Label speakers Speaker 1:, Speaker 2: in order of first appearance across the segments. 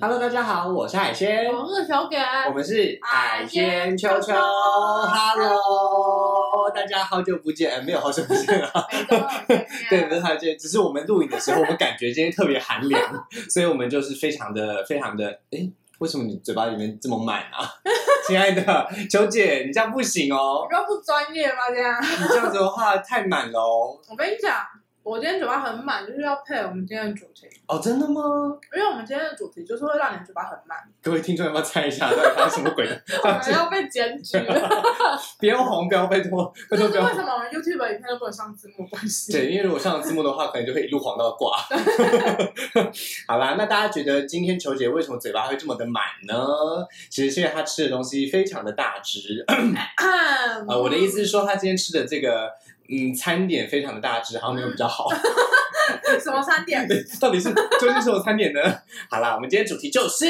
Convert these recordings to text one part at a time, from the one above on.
Speaker 1: Hello，大家好，我是海鲜，
Speaker 2: 我是哎小给，
Speaker 1: 我们是
Speaker 2: 海鲜
Speaker 1: 秋
Speaker 2: 秋秋
Speaker 1: Hello，大家好久不见，呃没有好久不见 啊。
Speaker 2: 每周二见
Speaker 1: 对，
Speaker 2: 面
Speaker 1: 不是好久，只是我们录影的时候，我们感觉今天特别寒凉， 所以我们就是非常的、非常的，哎，为什么你嘴巴里面这么满 啊？亲爱的秋姐，你这样不行哦
Speaker 2: 你，说不专业吗？这样，
Speaker 1: 你这样子的话太满了哦。
Speaker 2: 我跟你讲，我今天嘴巴很满，就是要配我们今天的主题，
Speaker 1: 哦，真的吗？
Speaker 2: 因为我们今天的主题就是会让你嘴巴很 满，
Speaker 1: 各位听众要不要猜一下，到底发生什么鬼 的？
Speaker 2: 我们要被检举了。
Speaker 1: 不要红，不要拜托，拜
Speaker 2: 这
Speaker 1: 托
Speaker 2: 就
Speaker 1: 不要
Speaker 2: 是为。什么我们 YouTube 影片都不能上字幕关系。
Speaker 1: 对，因为如果上了字幕的话，可能就会一路黄到挂。 好啦，那大家觉得今天球姐为什么嘴巴会这么的满呢？其实是因为她吃的东西非常的大只。
Speaker 2: 嗯
Speaker 1: 呃，我的意思是说，她今天吃的这个嗯餐点非常的大只，好像没有比较好。
Speaker 2: 什么三点？
Speaker 1: 到底是究竟是我餐点呢？ 好啦，我们今天主题就是，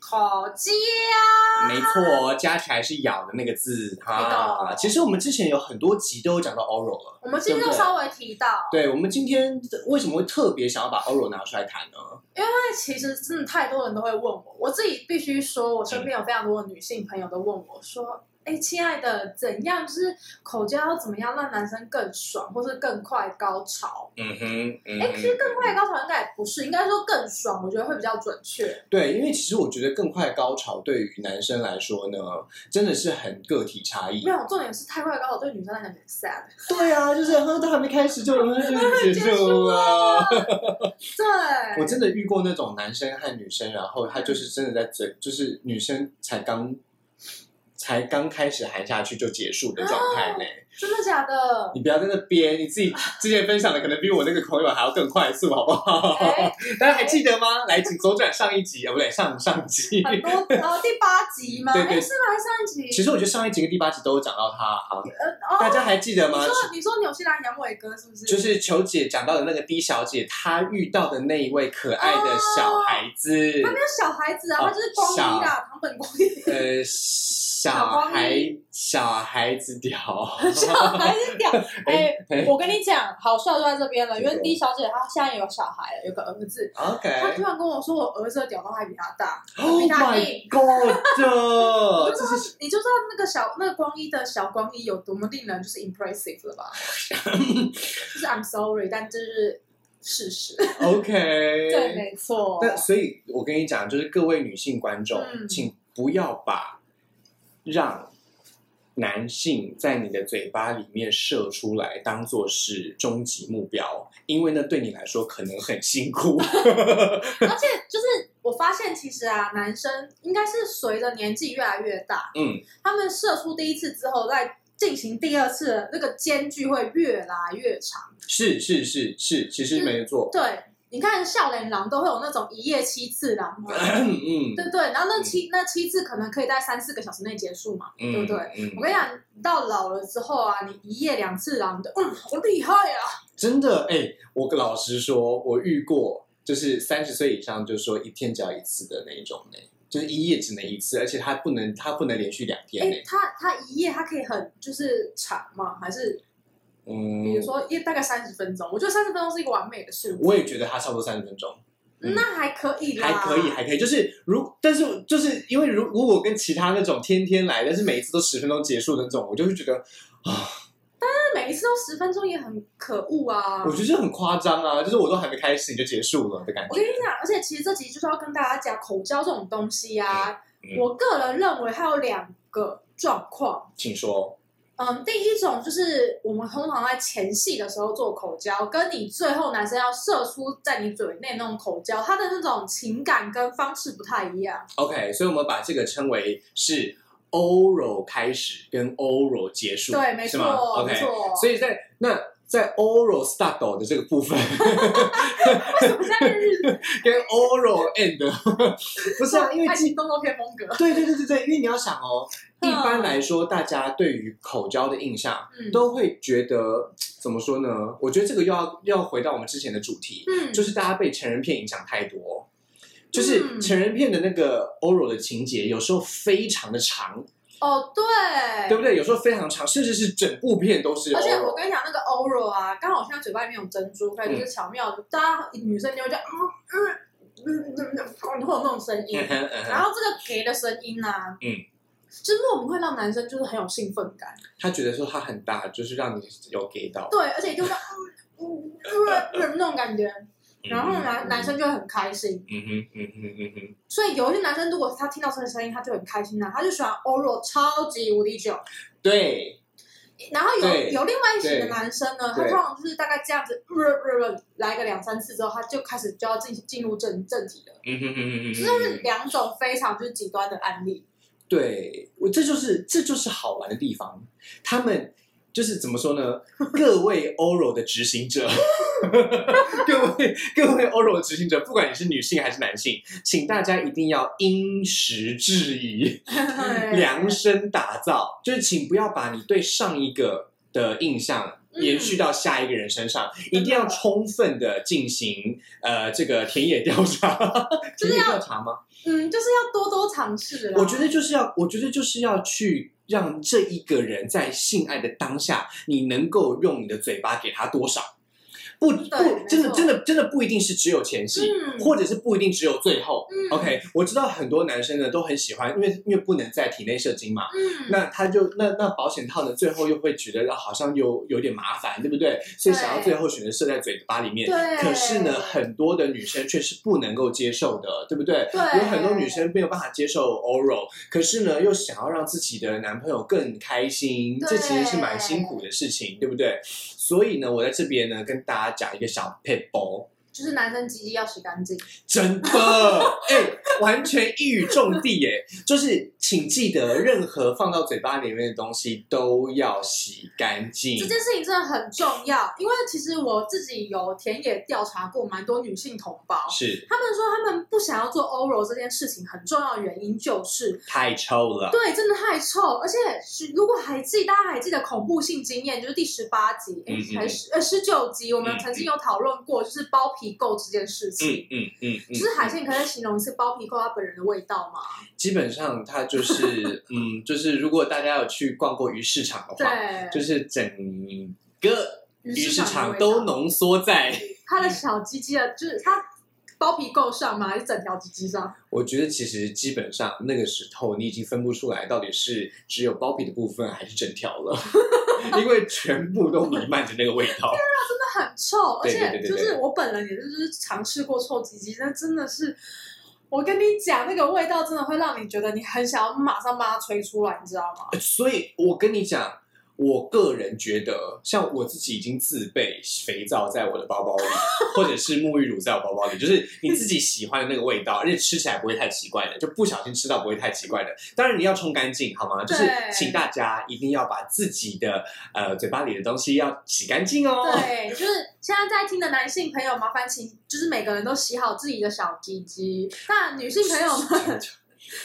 Speaker 2: 烤鸡呀、
Speaker 1: 没错，哦加起来是咬的那个字哈。
Speaker 2: 懂
Speaker 1: 其实我们之前有很多集都有讲到 oral 了。
Speaker 2: 我们今天就稍微提到，
Speaker 1: 对，我们今天为什么会特别想要把 oral 拿出来谈呢？
Speaker 2: 因为其实真的太多人都会问我，我自己必须说，我身边有非常多的女性朋友都问我说：“哎、亲爱的，怎样就是口交要怎么样让男生更爽，或是更快高潮
Speaker 1: 嗯哼，？”嗯
Speaker 2: 哎、
Speaker 1: 哼
Speaker 2: 其实更快高潮应该也不是，应该说更爽，我觉得会比较准确。
Speaker 1: 对，因为其实我觉得更快高潮对于男生来说呢，真的是很个体差异
Speaker 2: 没。有，重点是太快高潮对女生来讲有点 sad。
Speaker 1: 对啊，就是哼，都还没开始 就哼就结
Speaker 2: 结
Speaker 1: 束
Speaker 2: 束
Speaker 1: 了。我
Speaker 2: 对，
Speaker 1: 真的遇过那种男生和女生，然后他就是真的在嘴，就是女生才刚才刚开始含下去就结束的状态 呢。
Speaker 2: 真的假的？
Speaker 1: 你不要在那边，你自 己之前分享的可能比我那个朋友还要更快速，好不好
Speaker 2: 哎？
Speaker 1: 大家还记得吗？来，请左转上一集，哦，不对，上上集。
Speaker 2: 很多呃第八集吗？
Speaker 1: 对
Speaker 2: 哎，
Speaker 1: 对
Speaker 2: 是吗？还是上一集？
Speaker 1: 其实我觉得上一集跟第八集都有讲到他，啊好，
Speaker 2: 呃
Speaker 1: 大
Speaker 2: 哦，
Speaker 1: 家还记得
Speaker 2: 你
Speaker 1: 吗？
Speaker 2: 说你说纽西兰阳痿哥是不是？
Speaker 1: 就是球姐讲到的那个 D 小姐，她遇到的那一位可爱的小孩子，
Speaker 2: 他没有小孩子啊，
Speaker 1: 哦
Speaker 2: 他就是光一啦，唐本光一，
Speaker 1: 呃，小
Speaker 2: 光
Speaker 1: 孩
Speaker 2: 一
Speaker 1: 小孩子 屌，
Speaker 2: 小孩子屌。哎、
Speaker 1: 哎
Speaker 2: 我跟你讲，好笑就在这边了，因
Speaker 1: 这
Speaker 2: 为
Speaker 1: 个
Speaker 2: D 小姐她现在有小孩了，有个儿子。她突
Speaker 1: OK。
Speaker 2: 然跟我说，我儿子的屌都还比她大，
Speaker 1: Oh
Speaker 2: 比她
Speaker 1: my
Speaker 2: 硬。
Speaker 1: god！这哦是
Speaker 2: 你就知道那个小那个光一的小光一有多么令人就是 impressive 了吧？就是 I'm sorry，但这是事实。
Speaker 1: OK。
Speaker 2: 对，没错。
Speaker 1: 哎那所以，我跟你讲，就是各位女性观众，
Speaker 2: 嗯
Speaker 1: 请不要把让男性在你的嘴巴里面射出来当做是终极目标，因为那对你来说可能很辛苦。
Speaker 2: 而且就是我发现，其实啊，男生应该是随着年纪越来越大，
Speaker 1: 嗯，
Speaker 2: 他们射出第一次之后，再进行第二次的那个间距会越来越长。
Speaker 1: 是是是是，其实没错。
Speaker 2: 对，你看笑脸狼都会有那种一夜七次狼嘛，
Speaker 1: 嗯
Speaker 2: 对不对？然后那七、那七次可能可以在三四个小时内结束嘛。
Speaker 1: 嗯，
Speaker 2: 对不对
Speaker 1: 嗯
Speaker 2: 我跟你讲，你到老了之后啊，你一夜两次狼，你就嗯，好厉害啊！
Speaker 1: 真的，哎、我老实说，我遇过，就是三十岁以上就说一天只要一次的那一种呢，就是一夜只能一次，而且它不能，它不能连续两天呢
Speaker 2: 哎，。他他一夜他可以很就是长吗？还是
Speaker 1: 嗯，
Speaker 2: 比如说一大概三十分钟？我觉得三十分钟是一个完美的数字，
Speaker 1: 我也觉得他差不多三十分钟，嗯
Speaker 2: 那还可以啦，
Speaker 1: 还可以，还可以。就是如，但是就是因为如如果跟其他那种天天来，但是每一次都十分钟结束的那种，我就会觉得，
Speaker 2: 嗯但每一次都十分钟也很可恶啊。
Speaker 1: 我觉得这很夸张啊！就是我都还没开始你就结束了的感
Speaker 2: 我
Speaker 1: 觉
Speaker 2: 跟。你讲，而且其实这集就是要跟大家讲口交这种东西啊，
Speaker 1: 嗯
Speaker 2: 我个人认为它有两个状况。
Speaker 1: 请说，
Speaker 2: 嗯，第一种就是我们通常在前戏的时候做口交，跟你最后男生要射出在你嘴内那种口交，它的那种情感跟方式不太一样。
Speaker 1: ，OK，所以我们把这个称为是 oral 开始跟 oral 结束，
Speaker 2: 对，没
Speaker 1: 是
Speaker 2: 错
Speaker 1: 吗
Speaker 2: 没
Speaker 1: ？OK，
Speaker 2: 错。
Speaker 1: 所以在那在 oral start 的这个部分
Speaker 2: 为什么现在日本
Speaker 1: 跟 oral end，不是 啊，因为
Speaker 2: 爱
Speaker 1: 基
Speaker 2: 情动作片风格？
Speaker 1: 对对对对对，因为你要想哦，
Speaker 2: 嗯
Speaker 1: 一般来说，大家对于口交的印象
Speaker 2: 嗯，
Speaker 1: 都会觉得怎么说呢？我觉得这个又要又要回到我们之前的主题，
Speaker 2: 嗯，
Speaker 1: 就是大家被成人片影响太多，就是
Speaker 2: 嗯
Speaker 1: 成人片的那个 oral 的情节，有时候非常的长，
Speaker 2: 哦，对，
Speaker 1: 对不对？有时候非常长，甚至是整部片都是哦
Speaker 2: 而且我
Speaker 1: oral。
Speaker 2: 跟你讲，那个 oral 啊，刚好我现在嘴巴里面有珍珠，可以就是巧妙，大家女生就会觉得啊，嗯，嗯嗯嗯，会有那种声音。
Speaker 1: 嗯
Speaker 2: 然
Speaker 1: 然
Speaker 2: 后这个给的声音呢、啊，
Speaker 1: 嗯，
Speaker 2: 就是莫名会让男生就是很有兴奋感，
Speaker 1: 他觉得说他很大，就是让你有 get 到。
Speaker 2: 对，而且就是嗯嗯嗯那种感觉，然后男男，生就会很开心。
Speaker 1: 嗯哼嗯哼嗯哼，
Speaker 2: 所以有一些男生如果他听到这个声音，他就很开心啊，他就喜欢欧若超级无敌久。
Speaker 1: 对，
Speaker 2: 然后有
Speaker 1: 对
Speaker 2: 有另外一群的
Speaker 1: 对
Speaker 2: 男生呢，他
Speaker 1: 对
Speaker 2: 通常就是大概这样子，呃呃呃来个两三次之后，他就开始就要进进入正正题了。
Speaker 1: 嗯哼嗯哼嗯
Speaker 2: 这
Speaker 1: 哼
Speaker 2: 就是两种非常就是极端的案例。
Speaker 1: 对，我这就是这就是好玩的地方。他们就是怎么说呢？各位 Oro 的执行者， 各位各位 Oro 的执行者，不管你是女性还是男性，请大家一定要因时制宜，量身打造。就是请不要把你对上一个的印象。
Speaker 2: 嗯
Speaker 1: 延续到下一个人身上，一定要充分的进行呃这个田野调查，田
Speaker 2: 就是
Speaker 1: 野
Speaker 2: 要
Speaker 1: 调查吗？
Speaker 2: 嗯，就是要多多尝试啦。
Speaker 1: 我觉得就是要，我觉得就是要去让这一个人在性爱的当下，你能够用你的嘴巴给他多少，不不
Speaker 2: 对没，
Speaker 1: 真的
Speaker 2: 错
Speaker 1: 真的真的不一定是只有前戏，
Speaker 2: 嗯
Speaker 1: 或者是不一定只有最后。
Speaker 2: 嗯
Speaker 1: OK，我知道很多男生呢都很喜欢，因为因为不能在体内射精嘛，
Speaker 2: 嗯，
Speaker 1: 那他就那那保险套呢，最后又会觉得啊好像有有点麻烦，对不对？所以想要
Speaker 2: 对
Speaker 1: 最后选择射在嘴巴里面。
Speaker 2: 对。
Speaker 1: 可是呢，很多的女生却是不能够接受的，对不对？
Speaker 2: 对
Speaker 1: 有很多女生没有办法接受 oral，可是呢，又想要让自己的男朋友更开心，
Speaker 2: 对
Speaker 1: 这其实是蛮辛苦的事情，对不对？所以呢，我在这边呢跟大家讲一个小 p e b b l
Speaker 2: 就是男生鸡鸡要洗干
Speaker 1: 嗯
Speaker 2: 净。
Speaker 1: 真的，哎、完全一语中的耶！就是请记得，任何放到嘴巴里面的东西都要洗干净
Speaker 2: 这。件事情真的很重要，因为其实我自己有田野调查过蛮多女性同胞，
Speaker 1: 是
Speaker 2: 他们说他们不想要做 oral 这件事情，很重要的原因就是，
Speaker 1: 太臭了，
Speaker 2: 对，真的太臭，而且是如果还记大家还记得恐怖性经验，就是第十八集，哎
Speaker 1: 嗯嗯，
Speaker 2: 还是呃十九集，我
Speaker 1: 嗯
Speaker 2: 们曾经有讨论过，就是包皮垢这件事情。
Speaker 1: 嗯嗯嗯啊嗯，
Speaker 2: 就是海鲜，你可以再形容一次包皮垢它本人的味道吗？
Speaker 1: 基本上它就是嗯，就是如果大家有去逛过鱼市场的话，
Speaker 2: 对，
Speaker 1: 就是整个
Speaker 2: 鱼
Speaker 1: 鱼
Speaker 2: 市
Speaker 1: 市
Speaker 2: 场
Speaker 1: 场
Speaker 2: 的味道
Speaker 1: 都浓缩在。
Speaker 2: 它的小鸡鸡的，就是它包皮垢上吗？还是整条鸡鸡上？
Speaker 1: 我觉得其实基本上那个时候你已经分不出来到底是只有包皮的部分还是整条了， 因为全部都弥漫着那个味道。
Speaker 2: 那很臭，而
Speaker 1: 对对
Speaker 2: 且
Speaker 1: 对对
Speaker 2: 就
Speaker 1: 对
Speaker 2: 是我本人也是就是尝试过臭鸡鸡，那真的是。我跟你讲，那个味道真的会让你觉得你很想要马上把它吹出来，你知道吗？
Speaker 1: 所以我跟你讲，我个人觉得，像我自己已经自备肥皂在我的包包里，或者是沐浴乳在我包包里，就是你自己喜欢的那个味道，而且吃起来不会太奇怪的，就不小心吃到不会太奇怪的。当然你要冲干净，好吗？就是
Speaker 2: 对
Speaker 1: 请大家一定要把自己的呃嘴巴里的东西要洗干净哦。
Speaker 2: 对， 就是现在在听的男性朋友，麻烦请就是每个人都洗好自己的小鸡鸡。那女性朋友 们，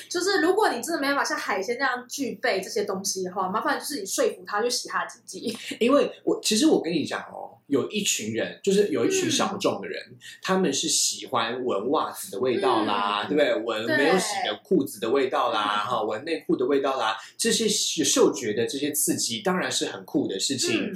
Speaker 2: 就是如果你真的没办法像海鲜那样具备这些东西的话，麻烦就是你说服他去洗他的鸡鸡。
Speaker 1: 因为我其实我跟你讲哦，有一群人，就是有一群
Speaker 2: 嗯
Speaker 1: 小众的人，他们是喜欢闻袜子的味道啦，
Speaker 2: 嗯
Speaker 1: 对不对？闻
Speaker 2: 对
Speaker 1: 没有洗的裤子的味道啦，哈、闻内裤的味道啦，这些嗅觉的这些刺激当然是很酷的事情。
Speaker 2: 嗯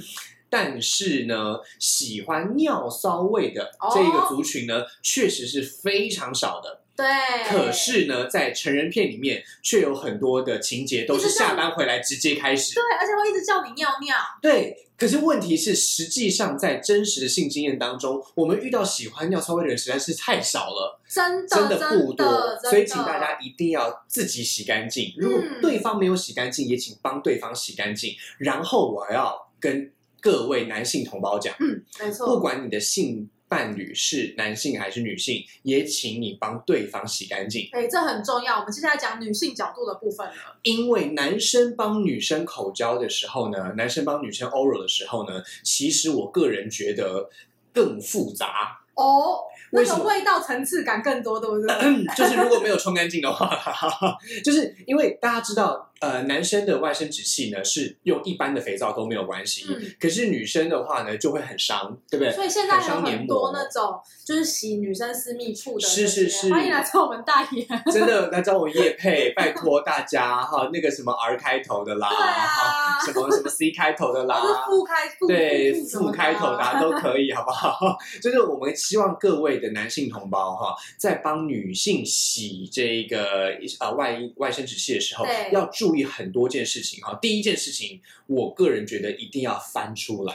Speaker 1: 但是呢，喜欢尿骚味的
Speaker 2: 哦
Speaker 1: 这个族群呢，确实是非常少的。
Speaker 2: 对，
Speaker 1: 可是呢，在成人片里面，却有很多的情节都是
Speaker 2: 就是像
Speaker 1: 下班回来直接开始。
Speaker 2: 对，而且会一直叫你尿尿。
Speaker 1: 对，可是问题是，实际上在真实的性经验当中，我们遇到喜欢尿骚味的人实在是太少了，
Speaker 2: 真的
Speaker 1: 真
Speaker 2: 的
Speaker 1: 的不多。
Speaker 2: 真的
Speaker 1: 所以，请大家一定要自己洗干净。如果
Speaker 2: 嗯
Speaker 1: 对方没有洗干净，也请帮对方洗干净。然后，我要跟各位男性同胞讲，
Speaker 2: 嗯，没错，
Speaker 1: 不管你的性伴侣是男性还是女性，也请你帮对方洗干净。
Speaker 2: 哎、这很重要。我们接下来讲女性角度的部分了。
Speaker 1: 因为男生帮女生口交的时候呢，男生帮女生 oral 的时候呢，其实我个人觉得更复 杂。
Speaker 2: 哦，那
Speaker 1: 为什
Speaker 2: 个
Speaker 1: 么
Speaker 2: 味道层次 感更多，对不对？
Speaker 1: 就是如果没有冲干净的话，就是因为大家知道呃，男生的外生殖器呢是用一般的肥皂都没有关系，
Speaker 2: 嗯，
Speaker 1: 可是女生的话呢就会很伤，对不 对？
Speaker 2: 所以现在
Speaker 1: 很
Speaker 2: 有
Speaker 1: 伤黏
Speaker 2: 很
Speaker 1: 膜
Speaker 2: 多那种就是洗女生私密处的那些，
Speaker 1: 是是是
Speaker 2: 欢迎来找我们代言。
Speaker 1: 真的来找我叶配，拜托大家哈，那个什么 R 开头的啦，
Speaker 2: 对
Speaker 1: 哈，
Speaker 2: 啊，
Speaker 1: 什么什么 C 开头的 啦，
Speaker 2: 或是副开副
Speaker 1: 对，
Speaker 2: 副什么
Speaker 1: 副开头的、
Speaker 2: 的啊，
Speaker 1: 啊、都可以，好不好？ 就是我们希望各位的男性同胞哈，在帮女性洗这个呃外外生殖器的时候
Speaker 2: 对，
Speaker 1: 要注意很多件事情哈。第一件事情，我个人觉得一定要翻出来，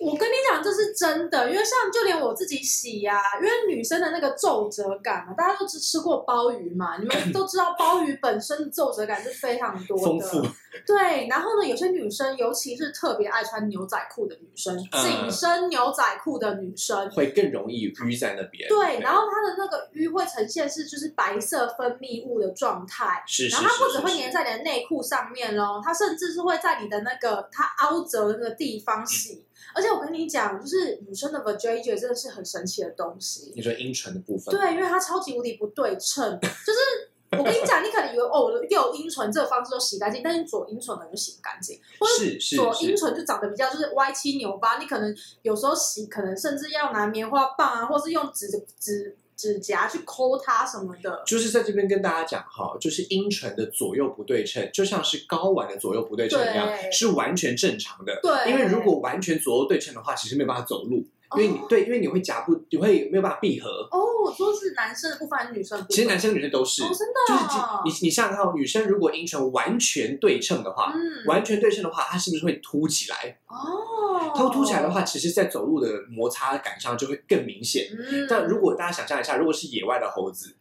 Speaker 2: 我跟你讲，这是真的，因为像就连我自己洗呀、因为女生的那个皱褶感嘛，大家都吃吃过鲍鱼嘛，你们都知道鲍鱼本身的皱褶感是非常多的，
Speaker 1: 丰富。
Speaker 2: 对，然后呢，有些女生，尤其是特别爱穿牛仔裤的女生，
Speaker 1: 嗯
Speaker 2: 紧身牛仔裤的女生，
Speaker 1: 会更容易淤在那边。
Speaker 2: 对，然后它的那个淤会呈现是就是白色分泌物的状态。
Speaker 1: 是是
Speaker 2: 然
Speaker 1: 是
Speaker 2: 后它不只会
Speaker 1: 是
Speaker 2: 粘在你的内裤上面咯，它甚至是会在你的那个它凹折的那个地
Speaker 1: 嗯
Speaker 2: 方洗。而且我跟你讲，就是女生的 vagina 真的是很神奇的东西，
Speaker 1: 你说阴唇的部分，
Speaker 2: 对，因为它超级无敌不对称，就是。我跟你讲，你可能以为哦，我的右阴唇这个方式都洗干净，但是左阴唇可能就洗不干净，或者
Speaker 1: 是是
Speaker 2: 左阴
Speaker 1: 是，
Speaker 2: 唇就长得比较就是歪七扭八，你可能有时候洗，可能甚至要拿棉花棒啊，或是用指指指甲去抠它什么的。
Speaker 1: 就是在这边跟大家讲哈，就是阴唇的左右不对称，就像是睾丸的左右不对称一样，
Speaker 2: 对
Speaker 1: 是完全正常的。
Speaker 2: 对，
Speaker 1: 因为如果完全左右对称的话，其实没有办法走路，因为你、
Speaker 2: 哦
Speaker 1: 对，因为你会夹不，你会没有办法闭合。
Speaker 2: 哦，我说是男生的部分还是女生的部分？
Speaker 1: 其实男生女生都是，
Speaker 2: 哦，真
Speaker 1: 就是
Speaker 2: 的哦、
Speaker 1: 你你想想看哦，女生如果阴唇完全对称的话，
Speaker 2: 嗯
Speaker 1: 完全对称的话，它是不是会凸起来？
Speaker 2: 哦，
Speaker 1: 它会凸起来的话，，其实在走路的摩擦感上就会更明显。
Speaker 2: 嗯，
Speaker 1: 但如果大家想象一下，如果是野外的猴子，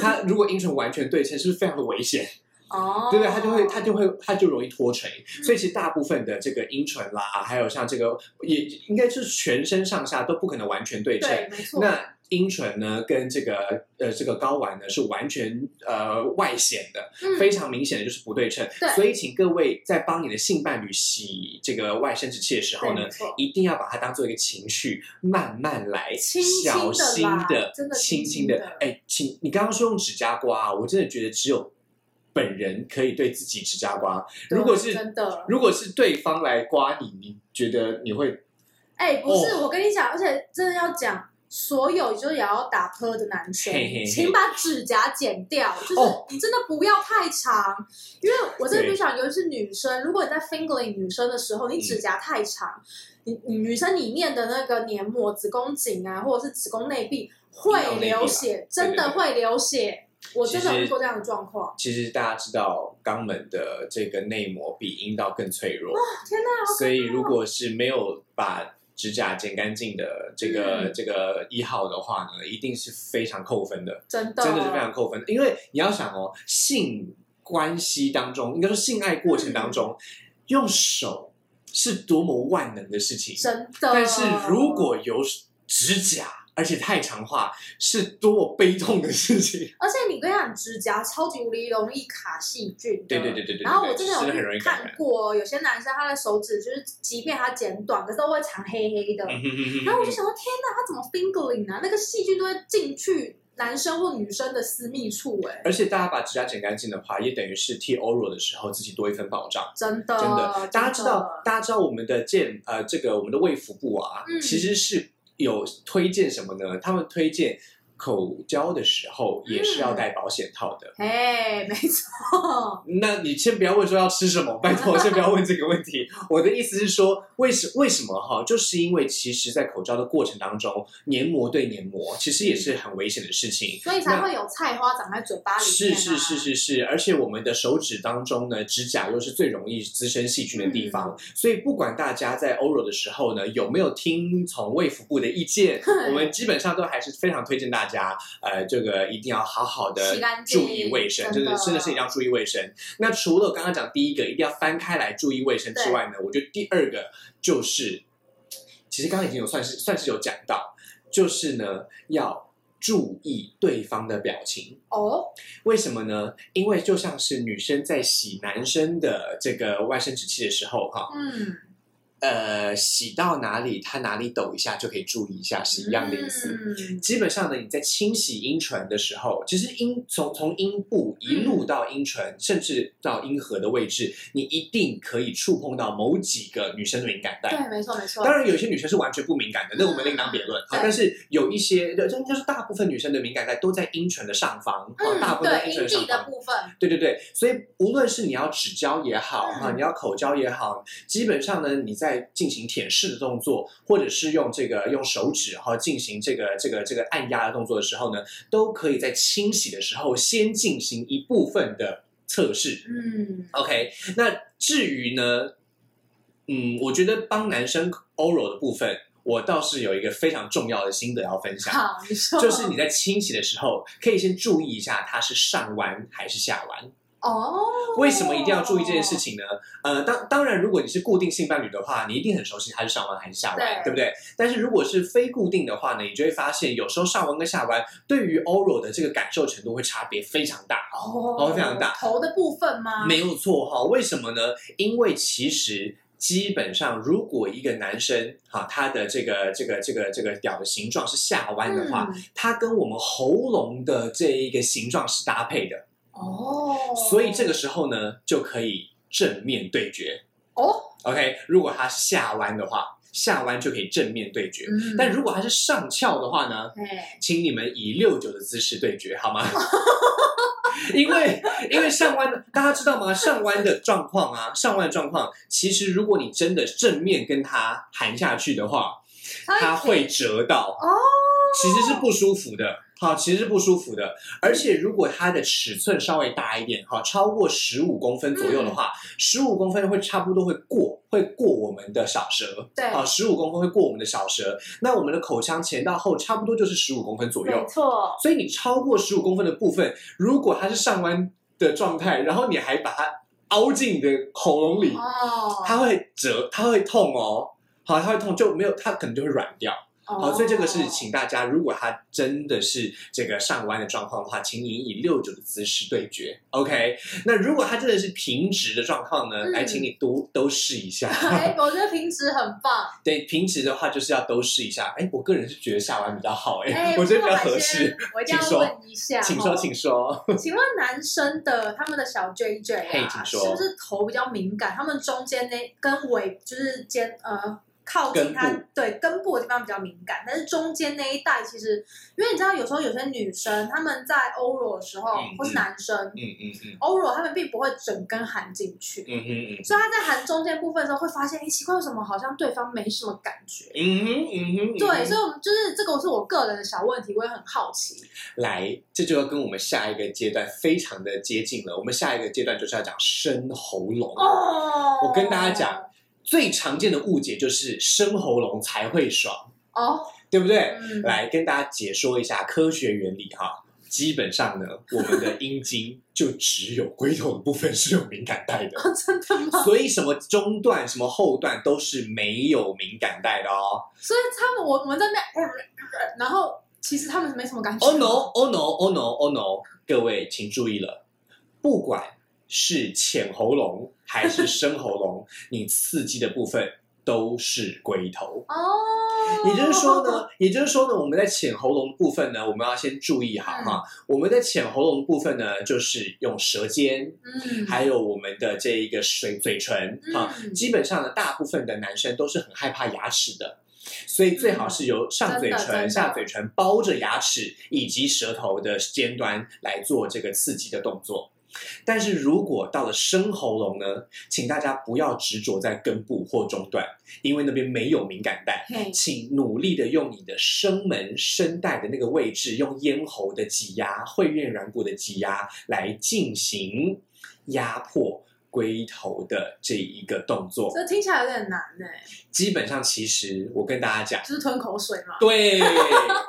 Speaker 1: 它如果阴唇完全对称，是不是非常的危险？
Speaker 2: 哦，嗯
Speaker 1: 对不对？它就会，它就会，它就容易脱垂。所以其实大部分的这个阴唇啦，还有像这个也应该是全身上下都不可能完全对称。
Speaker 2: 对，没错，
Speaker 1: 那阴唇呢，跟这个呃这个睾丸呢是完全呃外显的，
Speaker 2: 嗯
Speaker 1: 非常明显的就是不对称。
Speaker 2: 对
Speaker 1: 所以请各位在帮你的性伴侣洗这个外生殖器的时候
Speaker 2: 对，
Speaker 1: 呢
Speaker 2: 没，错。
Speaker 1: 一定要把它当做一个情绪，慢慢来，
Speaker 2: 轻轻地
Speaker 1: 小
Speaker 2: 啦
Speaker 1: 心的，
Speaker 2: 真的
Speaker 1: 轻
Speaker 2: 轻
Speaker 1: 轻
Speaker 2: 轻
Speaker 1: 地
Speaker 2: 地
Speaker 1: 哎，请你刚刚说用指甲刮啊，我真的觉得只有本人可以对自己指甲刮。
Speaker 2: 对
Speaker 1: 如果是
Speaker 2: 真的，
Speaker 1: 如果是对方来刮你，你觉得你会
Speaker 2: 哎、不是，
Speaker 1: 哦
Speaker 2: 我跟你讲，而且真的要讲，所有就是也要打喷的男生，
Speaker 1: 嘿嘿嘿
Speaker 2: 请把指甲剪掉，就是
Speaker 1: 哦
Speaker 2: 你真的不要太长，因为我真的
Speaker 1: 对
Speaker 2: 不想，尤其是女生，如果你在 fingering 女生的时候，你指
Speaker 1: 嗯
Speaker 2: 甲太长，你你女生里面的那个黏膜、子宫颈啊，或者是子宫内壁会流血，
Speaker 1: 对对
Speaker 2: 真的会流血，我真的
Speaker 1: 其实
Speaker 2: 有遇过这样的状况。
Speaker 1: 其实大家知道，肛门的这个内膜比阴道更脆弱，
Speaker 2: 啊天哪！
Speaker 1: 所以
Speaker 2: 哦
Speaker 1: 如果是没有把指甲剪干净的这个、
Speaker 2: 嗯
Speaker 1: 这个一号的话呢，一定是非常扣分的。
Speaker 2: 真的，
Speaker 1: 真的是非常扣分。因为你要想哦，性关系当中，应该说性爱过程当中，
Speaker 2: 嗯
Speaker 1: 用手是多么万能的事情，
Speaker 2: 真的。
Speaker 1: 但是如果有指甲，而且太长的话，是多么悲痛的事情。
Speaker 2: 而且你跟你讲，指甲超级无敌容易卡细菌的。
Speaker 1: 对对对对对对
Speaker 2: 然后我真的
Speaker 1: 是很容易
Speaker 2: 有
Speaker 1: 感
Speaker 2: 看
Speaker 1: 染
Speaker 2: 过，有些男生他的手指就是，即便他剪短，可是都会长黑黑的。
Speaker 1: 嗯
Speaker 2: 然
Speaker 1: 然
Speaker 2: 后我就想说，天哪，他怎么 fingering 啊？那个细菌都会进去男生或女生的私密处、哎，
Speaker 1: 而且大家把指甲剪干净的话，也等于是剃 oral 的时候自己多一份保障。
Speaker 2: 真的，
Speaker 1: 真
Speaker 2: 哦真
Speaker 1: 的，大家知道，，大家知道我们的健呃，这个我们的卫福部啊，
Speaker 2: 嗯
Speaker 1: 其实是有推荐什么呢？他们推荐口交的时候也是
Speaker 2: 嗯
Speaker 1: 要戴保险套的。
Speaker 2: 哎，没错，
Speaker 1: 那你先不要问说要吃什么，拜 托，先不要问这个问题。我的意思是说，为什为什么哈？就是因为其实，在口交的过程当中，黏膜对黏膜其实也是很危险的事情。
Speaker 2: 所以才
Speaker 1: 那
Speaker 2: 会有菜花长在嘴巴里面、
Speaker 1: 是
Speaker 2: 啊。
Speaker 1: 是是是是，而且我们的手指当中呢，指甲又是最容易滋生细菌的地方，
Speaker 2: 嗯
Speaker 1: 所以不管大家在 oral 的时候呢，有没有听从卫福部的意 见，我们基本上都还是非常推荐大家，呃，这个一定要好好的
Speaker 2: 洗干净
Speaker 1: 注意卫生，真
Speaker 2: 真
Speaker 1: 的
Speaker 2: 的
Speaker 1: 真的是一定要注意卫生。那除了刚刚讲第一个一定要翻开来注意卫生之外呢，我觉得第二个就是，其实刚刚已经有算是算是有讲到，就是呢要注意对方的表情。
Speaker 2: 哦，
Speaker 1: 为什么呢？因为就像是女生在洗男生的这个外生殖器的时候，哈，
Speaker 2: 嗯，
Speaker 1: 呃洗到哪里，它哪里抖一下就可以注意一下，是一样的意思。
Speaker 2: 嗯
Speaker 1: 基本上呢，你在清洗阴唇的时候，其实阴从从阴部一
Speaker 2: 嗯
Speaker 1: 路到阴唇，甚至到阴核的位置，你一定可以触碰到某几个女生的敏感带。
Speaker 2: 对，没错没错。
Speaker 1: 当然，有些女生是完全不敏感的，那我们
Speaker 2: 嗯
Speaker 1: 另当别论。好，
Speaker 2: 对
Speaker 1: 但是有一些，对应该是大部分女生的敏感带都在阴唇的上方，啊，大
Speaker 2: 嗯，
Speaker 1: 部分在
Speaker 2: 对，
Speaker 1: 阴
Speaker 2: 阴
Speaker 1: 唇上
Speaker 2: 蒂的
Speaker 1: 方。
Speaker 2: 部分，
Speaker 1: 对对对，所以无论是你要指交也好
Speaker 2: 嗯
Speaker 1: 啊，你要口交也好，基本上呢，你在进行舔舐的动作，或者是用这个用手指哈进行这个这个这个按压的动作的时候呢，都可以在清洗的时候先进行一部分的测试。
Speaker 2: 嗯
Speaker 1: OK，那至于呢，嗯，我觉得帮男生 oral 的部分，我倒是有一个非常重要的心得要分享，
Speaker 2: 好，你说，
Speaker 1: 就是你在清洗的时候，可以先注意一下它是上弯还是下弯。
Speaker 2: 哦，
Speaker 1: 为什么一定要注意这件事情呢？呃，当当然，如果你是固定性伴侣的话，你一定很熟悉它是上弯还是下弯，对
Speaker 2: 对
Speaker 1: 不对？但是如果是非固定的话呢，你就会发现有时候上弯跟下弯对于 oral 的这个感受程度会差别非常大。
Speaker 2: 哦，
Speaker 1: 非常大
Speaker 2: 头的部分吗？
Speaker 1: 没有错哈、为什么呢？因为其实基本上，如果一个男生哈、他的这个这个这个这个屌的形状是下弯的话，
Speaker 2: 嗯，
Speaker 1: 它跟我们喉咙的这一个形状是搭配的，
Speaker 2: 哦，
Speaker 1: 所以这个时候呢，就可以正面对决。
Speaker 2: 哦，
Speaker 1: OK，如果它是下弯的话，下弯就可以正面对决；
Speaker 2: 嗯
Speaker 1: 但如果它是上翘的话呢，
Speaker 2: 哎，
Speaker 1: 请你们以六九的姿势对决，好吗？ 因为因为上弯的，大家知道吗？上弯的状况啊，上弯的状况，其实如果你真的正面跟它含下去的话，它会折到，
Speaker 2: 哎哦，
Speaker 1: 其实是不舒服的。好，其实是不舒服的，而且如果它的尺寸稍微大一点，哈，超过十五公分左右
Speaker 2: 嗯
Speaker 1: 的话，十五公分会差不多会过，会过我们的小舌，
Speaker 2: 对
Speaker 1: 啊，十五公分会过我们的小舌，那我们的口腔前到后差不多就是十五公分左右，哦
Speaker 2: 没错，
Speaker 1: 所以你超过十五公分的部分，如果它是上弯的状态，然后你还把它凹进你的喉咙里，
Speaker 2: 哦，
Speaker 1: 它会折，它会痛哦。好，它会痛，就没有，它可能就会软掉。好，
Speaker 2: 哦，
Speaker 1: 所以这个是请大家，如果它真的是这个上弯的状况的话，请你以六九的姿势对决。OK，那如果它真的是平直的状况呢，
Speaker 2: 嗯
Speaker 1: 来，请你都都试一下。
Speaker 2: 哎，我觉得平时很 棒，
Speaker 1: 对，平直的话就是要都试一下。哎，我个人是觉得下弯比较好，哎
Speaker 2: 哎，，
Speaker 1: 我觉得比
Speaker 2: 不
Speaker 1: 较
Speaker 2: 过
Speaker 1: 合
Speaker 2: 我
Speaker 1: 适。
Speaker 2: 先，我一
Speaker 1: 请
Speaker 2: 定要
Speaker 1: 说
Speaker 2: 问一下，
Speaker 1: 请说，
Speaker 2: 哦
Speaker 1: 请说。
Speaker 2: 请问男生的他们的小 JJ
Speaker 1: 嘿
Speaker 2: 啊，
Speaker 1: 请说
Speaker 2: 是不是头比较敏感？他们中间那跟尾就是肩呃靠近他
Speaker 1: 根部
Speaker 2: 对根部的地方比较敏感，但是中间那一带其实，因为你知道有时候有些女生她们在 oral 的时候，
Speaker 1: 嗯
Speaker 2: 或是男生
Speaker 1: 嗯嗯嗯
Speaker 2: oral 他们并不会整根含进去。
Speaker 1: 嗯哼嗯
Speaker 2: 所以他在含中间部分的时候，会发现，哎、奇怪，为什么好像对方没什么感觉？
Speaker 1: 嗯哼嗯哼，
Speaker 2: 对，
Speaker 1: 嗯哼
Speaker 2: 所以我们就是这个是我个人的小问题，我也很好奇。
Speaker 1: 来，这就要跟我们下一个阶段非常的接近了。我们下一个阶段就是要讲生喉咙。
Speaker 2: 哦，
Speaker 1: 我跟大家讲，最常见的误解就是生喉咙才会爽，
Speaker 2: 哦，
Speaker 1: 对不对？
Speaker 2: 嗯，
Speaker 1: 来跟大家解说一下科学原理哈。基本上呢，我们的阴茎就只有龟头的部分是有敏感带的，
Speaker 2: 哦真的吗？
Speaker 1: 所以什么中段、什么后段都是没有敏感带的哦。
Speaker 2: 所以他们我我们在那，呃然后其实他们没什么感觉。
Speaker 1: Oh no! Oh no! Oh no! Oh no! 各位请注意了，不管是浅喉咙还是深喉咙，你刺激的部分都是龟头。
Speaker 2: 哦，
Speaker 1: 也就是说呢， 也就是说呢，我们在浅喉咙部分呢，我们要先注意好哈。
Speaker 2: 嗯
Speaker 1: 我们在浅喉咙部分呢，就是用舌尖，
Speaker 2: 嗯，
Speaker 1: 还有我们的这一个水嘴唇啊。
Speaker 2: 嗯
Speaker 1: 基本上呢，大部分的男生都是很害怕牙齿的，所以最好是由上嘴
Speaker 2: 嗯真的真
Speaker 1: 唇、
Speaker 2: 的
Speaker 1: 下嘴唇包着牙齿以及舌头的尖端来做这个刺激的动作。但是如果到了深喉咙呢，请大家不要执着在根部或中段，因为那边没有敏感带。
Speaker 2: 嘿
Speaker 1: 请努力的用你的声门声带的那个位置，用咽喉的挤压、会院软骨的挤压来进行压迫龟头的这一个动作。
Speaker 2: 这听起来有点难呢，
Speaker 1: 基本上，其实我跟大家讲，
Speaker 2: 就是吞口水嘛。
Speaker 1: 对，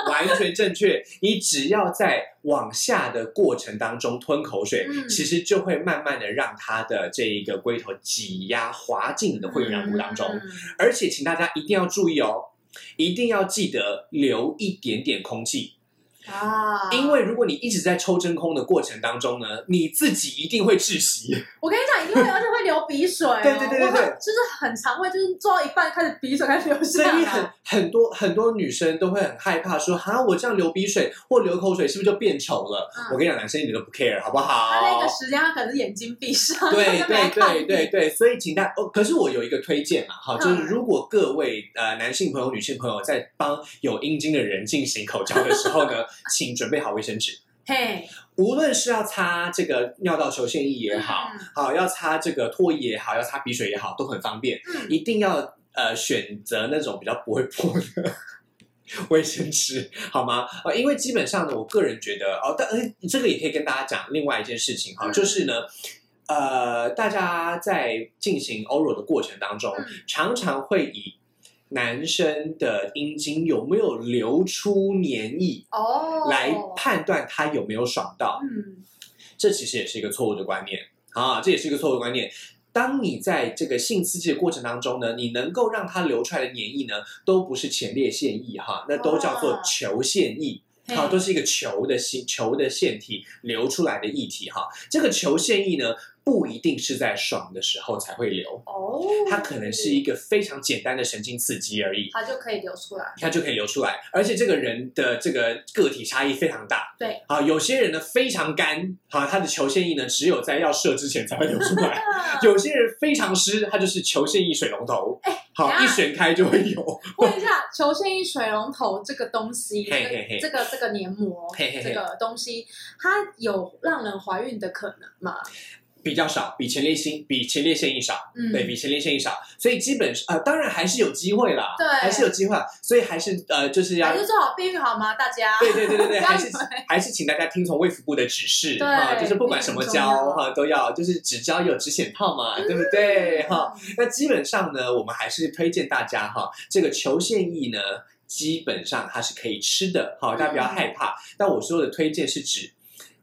Speaker 1: 完全正确。你只要在往下的过程当中吞口水，
Speaker 2: 嗯
Speaker 1: 其实就会慢慢的让它的这一个龟头挤压滑进你的会员软骨当中。
Speaker 2: 嗯
Speaker 1: 而且请大家一定要注意哦，一定要记得留一点点空气。
Speaker 2: 啊！
Speaker 1: 因为如果你一直在抽真空的过程当中呢，你自己一定会窒息。
Speaker 2: 我跟你讲，因为而且会流鼻水、哦，
Speaker 1: 对对对对对
Speaker 2: 我很就是很常会就是做到一半开始鼻水开始流
Speaker 1: 所
Speaker 2: 下
Speaker 1: 以很
Speaker 2: 来。
Speaker 1: 很多很多女生都会很害怕说，哈，我这样流鼻水或流口水是不是就变丑了？
Speaker 2: 嗯
Speaker 1: 我跟你讲，男生一点都不 care，好不好？
Speaker 2: 他那个时间，他可能是眼睛闭上，
Speaker 1: 对
Speaker 2: 他没
Speaker 1: 对
Speaker 2: 来看
Speaker 1: 对对
Speaker 2: 你，
Speaker 1: 对，所以请大哦，可是我有一个推荐嘛，哈，就是
Speaker 2: 嗯
Speaker 1: 如果各位呃男性朋友、女性朋友在帮有阴茎的人进行口交的时候 呢，请准备好卫生纸，
Speaker 2: 嘿，
Speaker 1: 无论是要擦这个尿道球腺液也好，
Speaker 2: 嗯
Speaker 1: 好要擦这个唾液也好，要擦鼻水也好，都很方便，
Speaker 2: 嗯，
Speaker 1: 一定要呃选择那种比较不会破的卫生纸，好吗？呃，因为基本上呢，我个人觉得哦，但呃，这个也可以跟大家讲另外一件事情哈，
Speaker 2: 嗯
Speaker 1: 就是呢。呃，大家在进行 oral 的过程当中，
Speaker 2: 嗯
Speaker 1: 常常会以男生的阴茎有没有流出粘液
Speaker 2: 哦，
Speaker 1: 来判断他有没有爽到。
Speaker 2: 嗯，
Speaker 1: 这其实也是一个错误的观念啊，这也是一个错误的观念。当你在这个性刺激的过程当中呢，你能够让它流出来的粘液呢，都不是前列腺液哈，那都叫做
Speaker 2: 哦
Speaker 1: 球腺液。啊
Speaker 2: 嘿
Speaker 1: 好，都是一个球的形球的腺体流出来的液体哈。这个球腺液呢，不一定是在爽的时候才会流，
Speaker 2: 哦，
Speaker 1: 它可能是一个非常简单的神经刺激而已，
Speaker 2: 它就可以流出来，
Speaker 1: 它就可以流出来。而且这个人的这个个体差异非常大，
Speaker 2: 对，
Speaker 1: 啊，有些人呢非常干，啊，他的球腺液呢只有在要射之前才会流出 来；有些人非常湿，他就是球腺液水龙头，好
Speaker 2: 哎等一下
Speaker 1: 一旋开就会有。
Speaker 2: 问一下，球线衣水龙头这个东西，
Speaker 1: 嘿嘿嘿
Speaker 2: 这个这个黏膜，
Speaker 1: 嘿嘿嘿
Speaker 2: 这个东西，它有让人怀孕的可能吗？
Speaker 1: 比较少，比前列腺比前列腺液少，
Speaker 2: 嗯，
Speaker 1: 对比前列腺液少，所以基本上呃，当然还是有机会啦，
Speaker 2: 对
Speaker 1: 还是有机会啦，所以还是呃，就是要
Speaker 2: 还是做好避孕好吗？大 家，
Speaker 1: 对对对对
Speaker 2: 不
Speaker 1: 对，
Speaker 2: 要
Speaker 1: 还是
Speaker 2: 以为
Speaker 1: 还是请大家听从卫福部的指示
Speaker 2: 对
Speaker 1: 啊，就是不管什么
Speaker 2: 这个很
Speaker 1: 胶
Speaker 2: 重要
Speaker 1: 哈、都要，就是只胶有止显套 嘛，对不对哈、那基本上呢，我们还是推荐大家哈，这个球腺液呢，基本上它是可以吃的，
Speaker 2: 嗯
Speaker 1: 好，大家不要害怕。但我说的推荐是指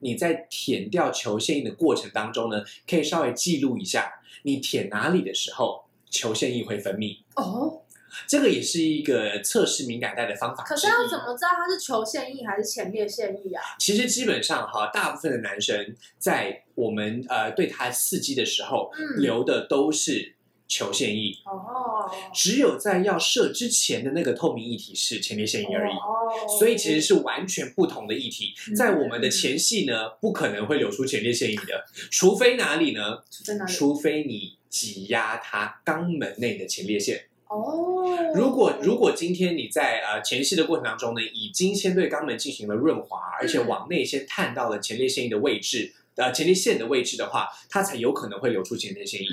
Speaker 1: 你在舔掉球腺液的过程当中呢，可以稍微记录一下你舔哪里的时候，球腺液会分泌，
Speaker 2: 哦，
Speaker 1: 这个也是一个测试敏感带的方法之一。
Speaker 2: 可是要怎么知道它是球线液还是前列腺液啊？
Speaker 1: 其实基本上哈，大部分的男生在我们呃对他刺激的时候，
Speaker 2: 嗯
Speaker 1: 流的都是球腺液，
Speaker 2: 哦，
Speaker 1: 只有在要射之前的那个透明液体是前列腺液而已。
Speaker 2: 哦，
Speaker 1: 所以其实是完全不同的议题，
Speaker 2: 嗯
Speaker 1: 在我们的前戏呢，不可能会流出前列腺液的，除非哪里呢？
Speaker 2: 在哪里？
Speaker 1: 除非你挤压它肛门内的前列腺。
Speaker 2: 哦，
Speaker 1: 如果如果今天你在呃前戏的过程当中呢，已经先对肛门进行了润滑，而
Speaker 2: 嗯
Speaker 1: 且往内先探到了前列腺液的位置，呃前列腺的位置的话，它才有可能会流出前列腺液。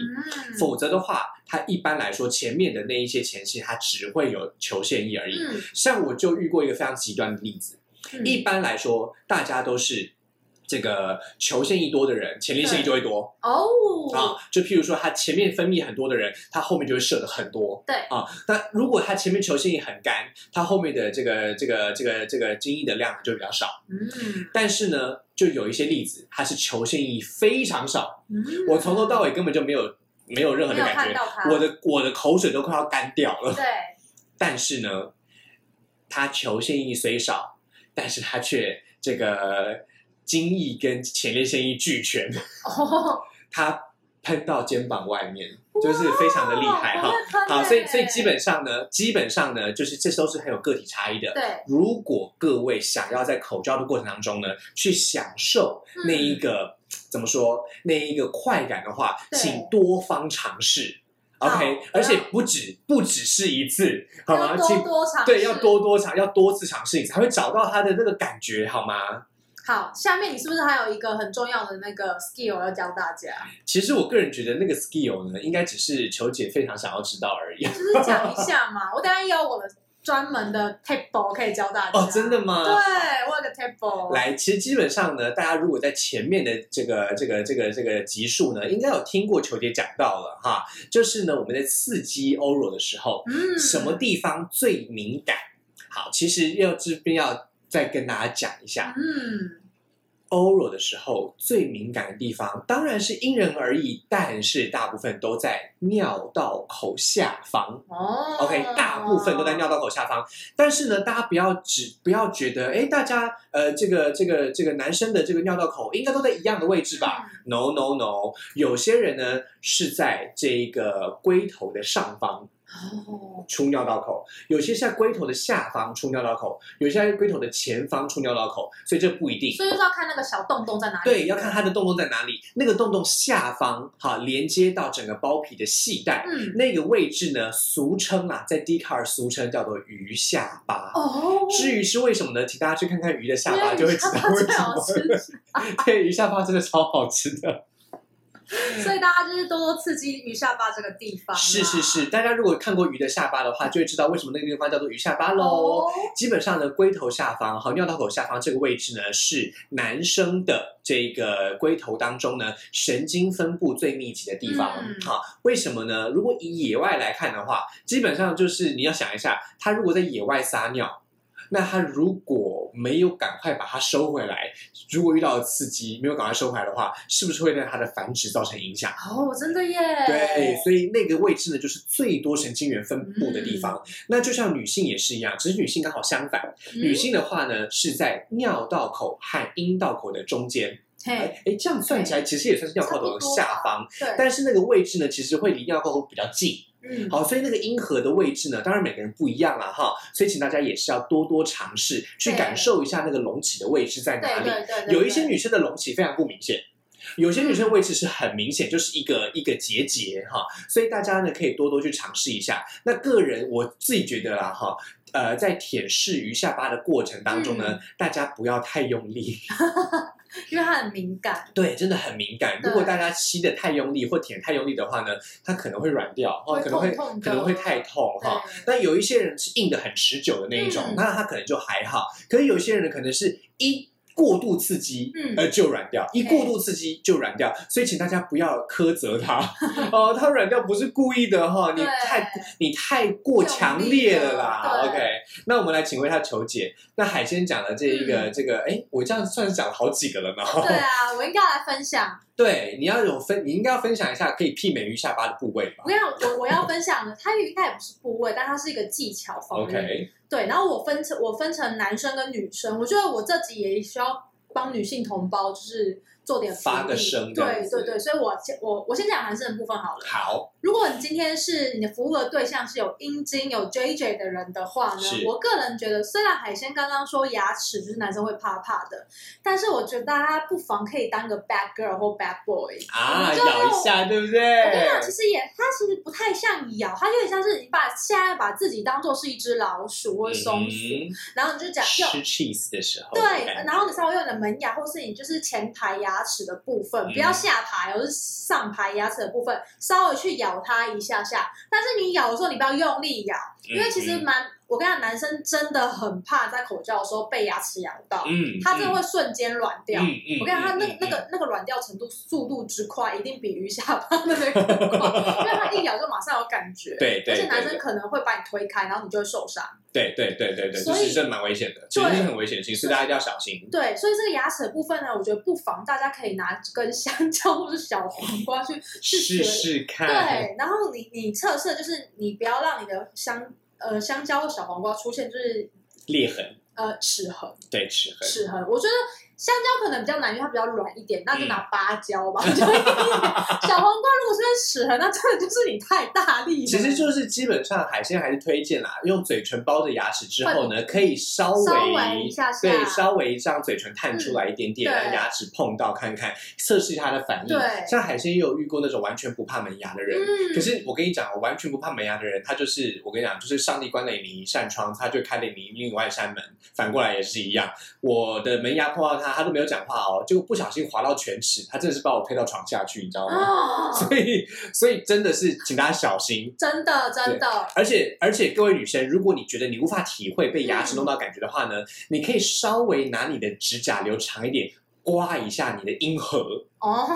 Speaker 2: 嗯，
Speaker 1: 否则的话，它一般来说前面的那一些前戏，它只会有球腺液而已。
Speaker 2: 嗯
Speaker 1: 像我就遇过一个非常极端的例子，
Speaker 2: 嗯
Speaker 1: 一般来说大家都是这个球腺液多的人，前列腺液就会多。
Speaker 2: 哦
Speaker 1: 啊，就譬如说他前面分泌很多的人，他后面就会射的很多。
Speaker 2: 对
Speaker 1: 啊，那如果他前面球腺液很干，他后面的这个这个这个这个精液的量就比较少。
Speaker 2: 嗯
Speaker 1: 但是呢，就有一些例子，他是球腺液非常少，
Speaker 2: 嗯，
Speaker 1: 我从头到尾根本就没有没有任何
Speaker 2: 没
Speaker 1: 的
Speaker 2: 有
Speaker 1: 感
Speaker 2: 看
Speaker 1: 觉，
Speaker 2: 到它，
Speaker 1: 我的我的口水都快要干掉了。
Speaker 2: 对。
Speaker 1: 但是呢，他球腺液虽少，但是他却这个精液跟前列腺液俱全。
Speaker 2: 哦，
Speaker 1: 它喷到肩膀外面，就是非常的厉
Speaker 2: 哦
Speaker 1: 害哈。
Speaker 2: 哈
Speaker 1: 好，所以所以基本上呢，基本上呢，就是这都是很有个体差异的。
Speaker 2: 对，
Speaker 1: 如果各位想要在口交的过程当中呢，去享受
Speaker 2: 嗯
Speaker 1: 那一个、怎么说那一个快感的话，
Speaker 2: 对
Speaker 1: 请多方尝试。OK，
Speaker 2: 好
Speaker 1: 而且不止不只是一次，好吗？
Speaker 2: 要多
Speaker 1: 请
Speaker 2: 多尝试，
Speaker 1: 对要多多尝，要多次尝试，你才会找到它的那个感觉，好吗？
Speaker 2: 好。下面你是不是还有一个很重要的那个 skill 要教 大家？
Speaker 1: 其实我个人觉得那个 skill 呢，应该只是球姐非常想要知道而已。
Speaker 2: 就是讲一下嘛。我等一下也有我的专门的 table 可以教大家。
Speaker 1: 哦，真？的吗？
Speaker 2: 对，我有个 table。
Speaker 1: 来，其实基本上呢，大家如果在前面的这个这个这个这个集数呢，应该有听过球姐讲到了哈，就是呢我们在刺激 oral 的时候，
Speaker 2: 嗯，
Speaker 1: 什么？地方最敏感？好，其实要这边要再跟大家讲一下
Speaker 2: 嗯，
Speaker 1: oral 的时候，最敏感的地方当然是因人而异，但是大部分都在尿道口下方。
Speaker 2: 哦嗯
Speaker 1: OK，大部分都在尿道口下方。但是呢，大家不要只不要觉得，哎，大家呃，这个这个这个男生的这个尿道口应该都在一样的位置吧、n o No No，有些人呢是在这个龟头的上方
Speaker 2: 哦，
Speaker 1: 出尿道口，有些是在龟头的下方出尿道口，有些在龟头的前方出尿道口，所以这不一定。
Speaker 2: 所以就是要看那个小洞洞在哪里。
Speaker 1: 对，要看它的洞洞在哪里，那个洞洞下方哈连接到整个包皮的系带，
Speaker 2: 嗯，
Speaker 1: 那个位置呢，俗称啊，在 d 卡尔俗称叫做鱼下巴。
Speaker 2: 哦，啊
Speaker 1: 至于是为什么呢？请大家去看看鱼的下巴，就会知道为
Speaker 2: 最好
Speaker 1: 什么。
Speaker 2: 吃，
Speaker 1: 对，鱼下巴真的超好吃的。
Speaker 2: 所以大家就是多多刺激鱼下巴这个地方
Speaker 1: 嗯
Speaker 2: 啦。啊
Speaker 1: 是是是，大家如果看过鱼的下巴的话，就会知道为什么那个地方叫做鱼下巴喽。
Speaker 2: 哦，
Speaker 1: 基本上呢，龟头下方和尿道口下方这个位置呢，是男生的这个龟头当中呢神经分布最密集的地方。
Speaker 2: 嗯
Speaker 1: 好、为什么呢？如果以野外来看的话，基本上就是你要想一下，他如果在野外撒尿。那他如果没有赶快把它收回来，如果遇到了刺激没有赶快收回来的话，是不是会对它的繁殖造成影响？
Speaker 2: 哦，真的耶。
Speaker 1: 对，所以那个位置呢，就是最多神经元分布的
Speaker 2: 嗯
Speaker 1: 地方。那就像女性也是一样，只是女性刚好相反，女
Speaker 2: 嗯，
Speaker 1: 性的话呢，是在尿道口和阴道口的中间。
Speaker 2: 嘿，
Speaker 1: 哎，哎这样算起来，其实也算是尿道口的下方，
Speaker 2: 对，
Speaker 1: 但是那个位置呢，其实会离尿道口比较近。
Speaker 2: 嗯，
Speaker 1: 好，所以那个阴核的位置呢，当然每个人不一样啦，哈。所以请大家也是要多多尝试，去
Speaker 2: 对
Speaker 1: 感受一下那个隆起的位置在哪
Speaker 2: 对
Speaker 1: 里。
Speaker 2: 对对对，
Speaker 1: 有一些
Speaker 2: 对嗯
Speaker 1: 女生的隆起非常不明显。有些女生位置是很明显，就是一个一个结节哈，所以大家呢可以多多去尝试一下。那个人我自己觉得啦哈，呃，在舔舐鱼下巴的过程当中呢，
Speaker 2: 嗯
Speaker 1: 大家不要太用力，
Speaker 2: 因为她很敏感，
Speaker 1: 对，真的很敏感。
Speaker 2: 对
Speaker 1: 如果大家吸的太用力或舔太用力的话呢，它可能会软掉，哈，
Speaker 2: 会
Speaker 1: 可能会
Speaker 2: 痛痛的
Speaker 1: 可能会太痛哈。
Speaker 2: 对
Speaker 1: 那有一些人是硬的很持久的那一种，
Speaker 2: 嗯
Speaker 1: 那他可能就还好。可是有一些人呢，可能是一过度刺激，
Speaker 2: 嗯
Speaker 1: 呃，就软掉；一
Speaker 2: 对
Speaker 1: 过度刺激就软掉。所以请大家不要苛责 他哦，他软掉不是故意的哈，你
Speaker 2: 对
Speaker 1: 太你太过强烈了啦。
Speaker 2: 用力了
Speaker 1: OK，
Speaker 2: 对
Speaker 1: 那我们来请问一下球姐，那海鲜讲了这一个、这个，哎，我这样算是讲了好几个了呢。
Speaker 2: 嗯对啊，我应该来分享。
Speaker 1: 对，你要有分，你应该要分享一下可以媲美于下巴的部位吧
Speaker 2: 我跟你讲，我我要分享的，它应该也不是部位，但它是一个技巧方面。
Speaker 1: ？OK，
Speaker 2: 对，然后我分成我分成男生跟女生，我觉得我这集也需要帮女性同胞就是做点
Speaker 1: 发
Speaker 2: 福
Speaker 1: 个
Speaker 2: 利
Speaker 1: 声这样
Speaker 2: 对
Speaker 1: 子
Speaker 2: 对对，所以我先我我先讲男生的部分好了。
Speaker 1: 好，
Speaker 2: 如果你今天是你的服务的对象是有阴茎有 JJ 的人的话呢
Speaker 1: 是，
Speaker 2: 我个人觉得，虽然海鲜刚刚说牙齿就是男生会怕怕的，但是我觉得大家不妨可以当个 bad girl 或 bad boy。
Speaker 1: 啊，
Speaker 2: 你就
Speaker 1: 咬一下，对不对？
Speaker 2: 我跟你讲，其实也，它其实不太像咬，它有点像是你把现在把自己当做是一只老鼠或者松鼠，
Speaker 1: 嗯
Speaker 2: 然后你就讲用
Speaker 1: 吃 cheese 的时候，
Speaker 2: 对，
Speaker 1: 感
Speaker 2: 然
Speaker 1: 觉
Speaker 2: 后你稍微用你的门牙，或是你就是前排牙齿的部分，不要
Speaker 1: 嗯
Speaker 2: 下排，而是上排牙齿的部分，稍微去咬它一下下。但是你咬的时候，你不要用力咬，因为其实
Speaker 1: 嗯
Speaker 2: 蛮，我跟你讲，男生真的很怕在口交的时候被牙齿咬到，
Speaker 1: 嗯，嗯
Speaker 2: 他真的会瞬间软掉。
Speaker 1: 嗯嗯，
Speaker 2: 我跟你讲，他那
Speaker 1: 嗯
Speaker 2: 那，个那个软掉程度速度之快，一定比鱼下巴那边更快，因 为他一咬就马上有感觉。
Speaker 1: 嗯对对，
Speaker 2: 而且男
Speaker 1: 对
Speaker 2: 生可能会把你推开，然后你就会受伤。
Speaker 1: 对对对对对，
Speaker 2: 所以
Speaker 1: 这是真的蛮危险的，其实
Speaker 2: 对
Speaker 1: 是很危险的事情，所以大家一定要小心。
Speaker 2: 对，所以这个牙齿的部分呢，我觉得不妨大家可以拿根香蕉或者是小黄瓜 去去
Speaker 1: 试
Speaker 2: 学。
Speaker 1: 试看，
Speaker 2: 对，然后你你测试就是你不要让你的香呃香蕉或小黄瓜出现就是
Speaker 1: 裂痕，
Speaker 2: 呃齿痕
Speaker 1: 对齿痕，
Speaker 2: 齿痕，我觉得。香蕉可能比较难，因为它比较软一点，那
Speaker 1: 嗯
Speaker 2: 就拿芭 蕉吧。就一点小黄瓜如果出现齿痕，那真的就是你太大力了。
Speaker 1: 其实就是基本上海鲜还是推荐啦，用嘴唇包着牙齿之后呢，可以稍微
Speaker 2: 稍微一下下
Speaker 1: 对，稍微让嘴唇探出来一点点，
Speaker 2: 嗯对
Speaker 1: 让牙齿碰到看看，测试一下它的反应。
Speaker 2: 对
Speaker 1: 像海鲜也有遇过那种完全不怕门牙的人，
Speaker 2: 嗯，
Speaker 1: 可是我跟你讲，我完全不怕门牙的人，他就是我跟你讲，就是上帝关了你一扇窗，他就开了你另外一扇门。反过来也是一样，我的门牙碰到他，他都没有讲话哦，结果不小心滑到犬齿，他真的是把我推到床下去，你知道吗？
Speaker 2: 哦，
Speaker 1: 所以，所以真的是，请大家小心。
Speaker 2: 真的真的，
Speaker 1: 而且，而且，各位女生，如果你觉得你无法体会被牙齿弄到感觉的话呢，你可以稍微拿你的指甲留长一点，刮一下你的阴核。
Speaker 2: 哦，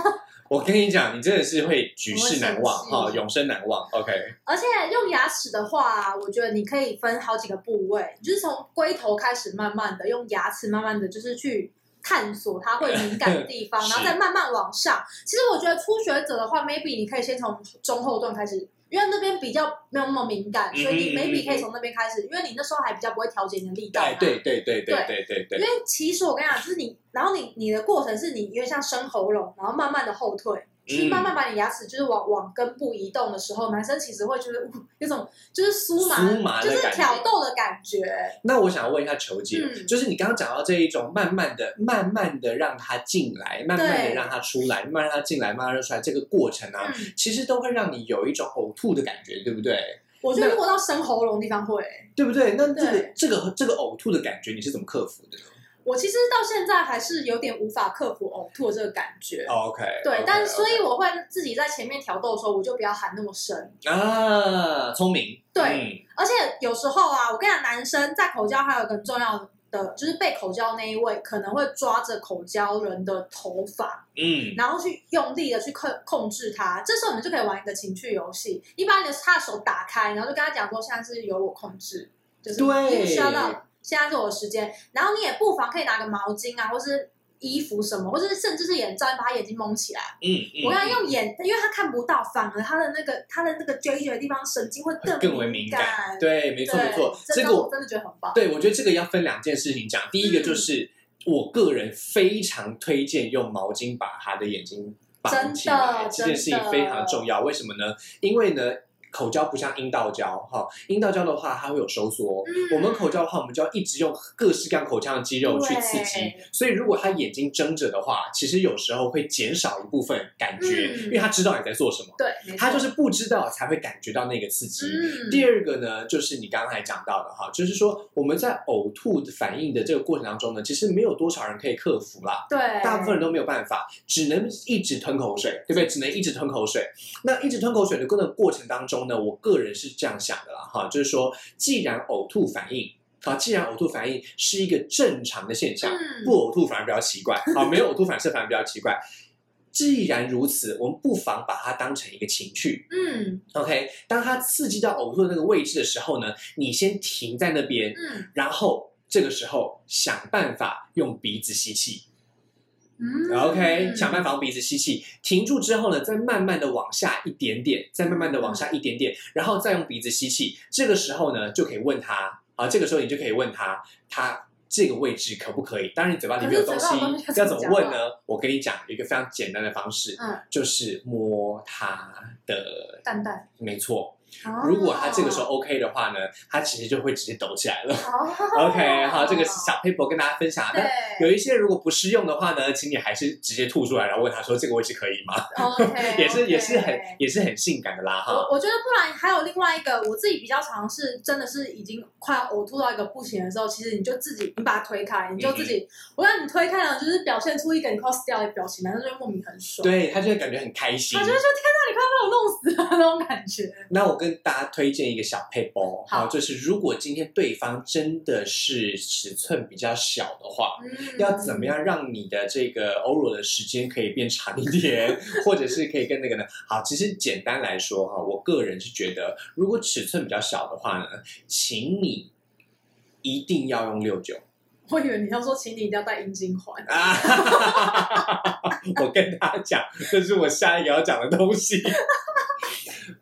Speaker 1: 我跟你讲，你真的是会举世难忘
Speaker 2: 我会
Speaker 1: 哈、
Speaker 2: 生气
Speaker 1: 永生难忘。OK，
Speaker 2: 而且用牙齿的话，我觉得你可以分好几个部位，就是从龟头开始，慢慢的用牙齿慢慢的就是去探索他会敏感的 地方，
Speaker 1: 是
Speaker 2: 然后再慢慢往上。其实我觉得初学者的话，maybe 你可以先从中后段开始。因为那边比较没有那么敏感，所
Speaker 1: 嗯嗯
Speaker 2: 以
Speaker 1: 嗯
Speaker 2: 你 maybe 可以从那边开始，因为你那时候还比较不会调节你的力道、
Speaker 1: 哎
Speaker 2: 啊。，
Speaker 1: 对对对对对对
Speaker 2: 因
Speaker 1: 对
Speaker 2: 为，其实我跟你讲，就是你，然后你你的过程是你有点像伸喉咙，然后慢慢的后退，就是
Speaker 1: 嗯
Speaker 2: 慢慢把你牙齿就是往往根部移动的时候，男生其实会就是呜有种就是酥麻，
Speaker 1: 酥麻的
Speaker 2: 就是
Speaker 1: 感觉
Speaker 2: 挑逗的感觉。
Speaker 1: 那我想要问一下球姐，
Speaker 2: 嗯
Speaker 1: 就是你刚刚讲到这一种慢慢的、慢慢的让它进来，慢慢的
Speaker 2: 对
Speaker 1: 让它出来，慢慢让它进来，慢慢让它出来，这个过程啊，
Speaker 2: 嗯，
Speaker 1: 其实都会让你有一种呕吐的感觉，对不对？
Speaker 2: 我觉得
Speaker 1: 那
Speaker 2: 如果到生喉咙的地方会，
Speaker 1: 对不对？那这个
Speaker 2: 对
Speaker 1: 这个这个呕吐的感觉，你是怎么克服的呢
Speaker 2: 我其实到现在还是有点无法克服呕吐的这个感觉。
Speaker 1: ？OK，
Speaker 2: 对
Speaker 1: OK，
Speaker 2: 但所以我会自己在前面挑逗的时候，我就不要喊那么深。
Speaker 1: OK 啊，聪明，
Speaker 2: 对而且有时候啊，我跟你讲，男生在口交还有一个很重要的，就是被口交那一位可能会抓着口交人的头发，
Speaker 1: 嗯，嗯，
Speaker 2: 然后去用力的去控控制他。这时候你们就可以玩一个情趣游戏，你把你的他的手打开，然后就跟他讲说，现在是由我控制，就是
Speaker 1: 对
Speaker 2: 你需要到现在是我的时间。然后你也不妨可以拿个毛巾啊，或是衣服什么，或是甚至是眼罩，你把他眼睛蒙起来。
Speaker 1: 嗯，
Speaker 2: 我要
Speaker 1: 嗯
Speaker 2: 用眼，因为他看不到，反而他的那个他的那个追求的地方神经会
Speaker 1: 更为敏
Speaker 2: 敏
Speaker 1: 感，嗯对，没
Speaker 2: 没
Speaker 1: 错没错，这个
Speaker 2: 个
Speaker 1: 我
Speaker 2: 我真的觉得很棒。
Speaker 1: 对，我觉得这个要分两件事情讲。第
Speaker 2: 嗯
Speaker 1: 一个就是，我个人非常推荐用毛巾把他的眼睛绑起来，
Speaker 2: 真的
Speaker 1: 这件事情非常重要。为什么呢？因为呢。口交不像阴道交哈，阴道交的话它会有收缩，
Speaker 2: 嗯
Speaker 1: 我们口交的话，我们就要一直用各式各样口腔的肌肉去刺激
Speaker 2: 对。
Speaker 1: 所以如果他眼睛睁着的话，其实有时候会减少一部分感觉，
Speaker 2: 嗯
Speaker 1: 因为他知道你在做什么，
Speaker 2: 对，没错
Speaker 1: 他就是不知道才会感觉到那个刺激。
Speaker 2: 嗯，
Speaker 1: 第二个呢，就是你刚才讲到的哈，就是说我们在呕吐反应的这个过程当中呢，其实没有多少人可以克服啦，
Speaker 2: 对，
Speaker 1: 大部分人都没有办法，只能一直吞口水，对不对？只能一直吞口水。那一直吞口水的过程过程当中呢，我个人是这样想的啦哈，就是说，既然呕吐反应啊，既然呕吐反应是一个正常的现象，
Speaker 2: 嗯
Speaker 1: 不呕吐反而比较奇怪，啊，没有呕吐反射反而比较奇怪。既然如此，我们不妨把它当成一个情趣，
Speaker 2: 嗯
Speaker 1: OK，当它刺激到呕吐的那个位置的时候呢，你先停在那边，
Speaker 2: 嗯
Speaker 1: 然后这个时候想办法用鼻子吸气。
Speaker 2: 嗯
Speaker 1: OK，想
Speaker 2: 法
Speaker 1: 办法用鼻子吸气，停住之后呢，再慢慢的往下一点点，再慢慢的往下一点点，然后再用鼻子吸气。这个时候呢，就可以问他啊，这个时候你就可以问他，他这个位置可不可以？当然，你嘴巴里面有东
Speaker 2: 可是嘴巴有东西
Speaker 1: 要怎么问呢？我跟你讲有一个非常简单的方式，
Speaker 2: 啊嗯
Speaker 1: 就是摸他的，
Speaker 2: 蛋蛋。
Speaker 1: 没错，
Speaker 2: 哦
Speaker 1: 如果他这个时候 OK 的话呢，他其实就会直接抖起来了。
Speaker 2: 哦
Speaker 1: OK，好，这个是小 paper 跟大家分享。啊
Speaker 2: 对
Speaker 1: 那 有一些如果不适用的话呢，请你还是直接吐出来，然后问他说这个位置可以吗？
Speaker 2: ，OK，
Speaker 1: 也是
Speaker 2: OK
Speaker 1: 也是很也是很性感的啦哈。
Speaker 2: 我我觉得不然还有另外一个，我自己比较尝试，真的是已经快要呕吐到一个不行的时候，其实你就自己你把它推开，你就自
Speaker 1: 嗯
Speaker 2: 己，我让你推开了，就是表现出一个你 cos 掉的表情，男生就会莫名很爽，，
Speaker 1: 对他就会感觉很开心
Speaker 2: 他就。会说天哪，你快被我弄死了那种感觉，
Speaker 1: 那我跟大家推荐一个小配包，
Speaker 2: 好
Speaker 1: 哈，就是如果今天对方真的是尺寸比较小的话，
Speaker 2: 嗯，
Speaker 1: 要怎么？样让你的这个 oral 的时间可以变长一点，或者是可以跟那个呢？好，其实简单来说哈，我个人是觉得，如果尺寸比较小的话呢，请你一定要用六九
Speaker 2: 我以为你要说，请你一定要戴阴茎环，
Speaker 1: 啊！ 我跟大家讲，这是我下一个要讲的东西。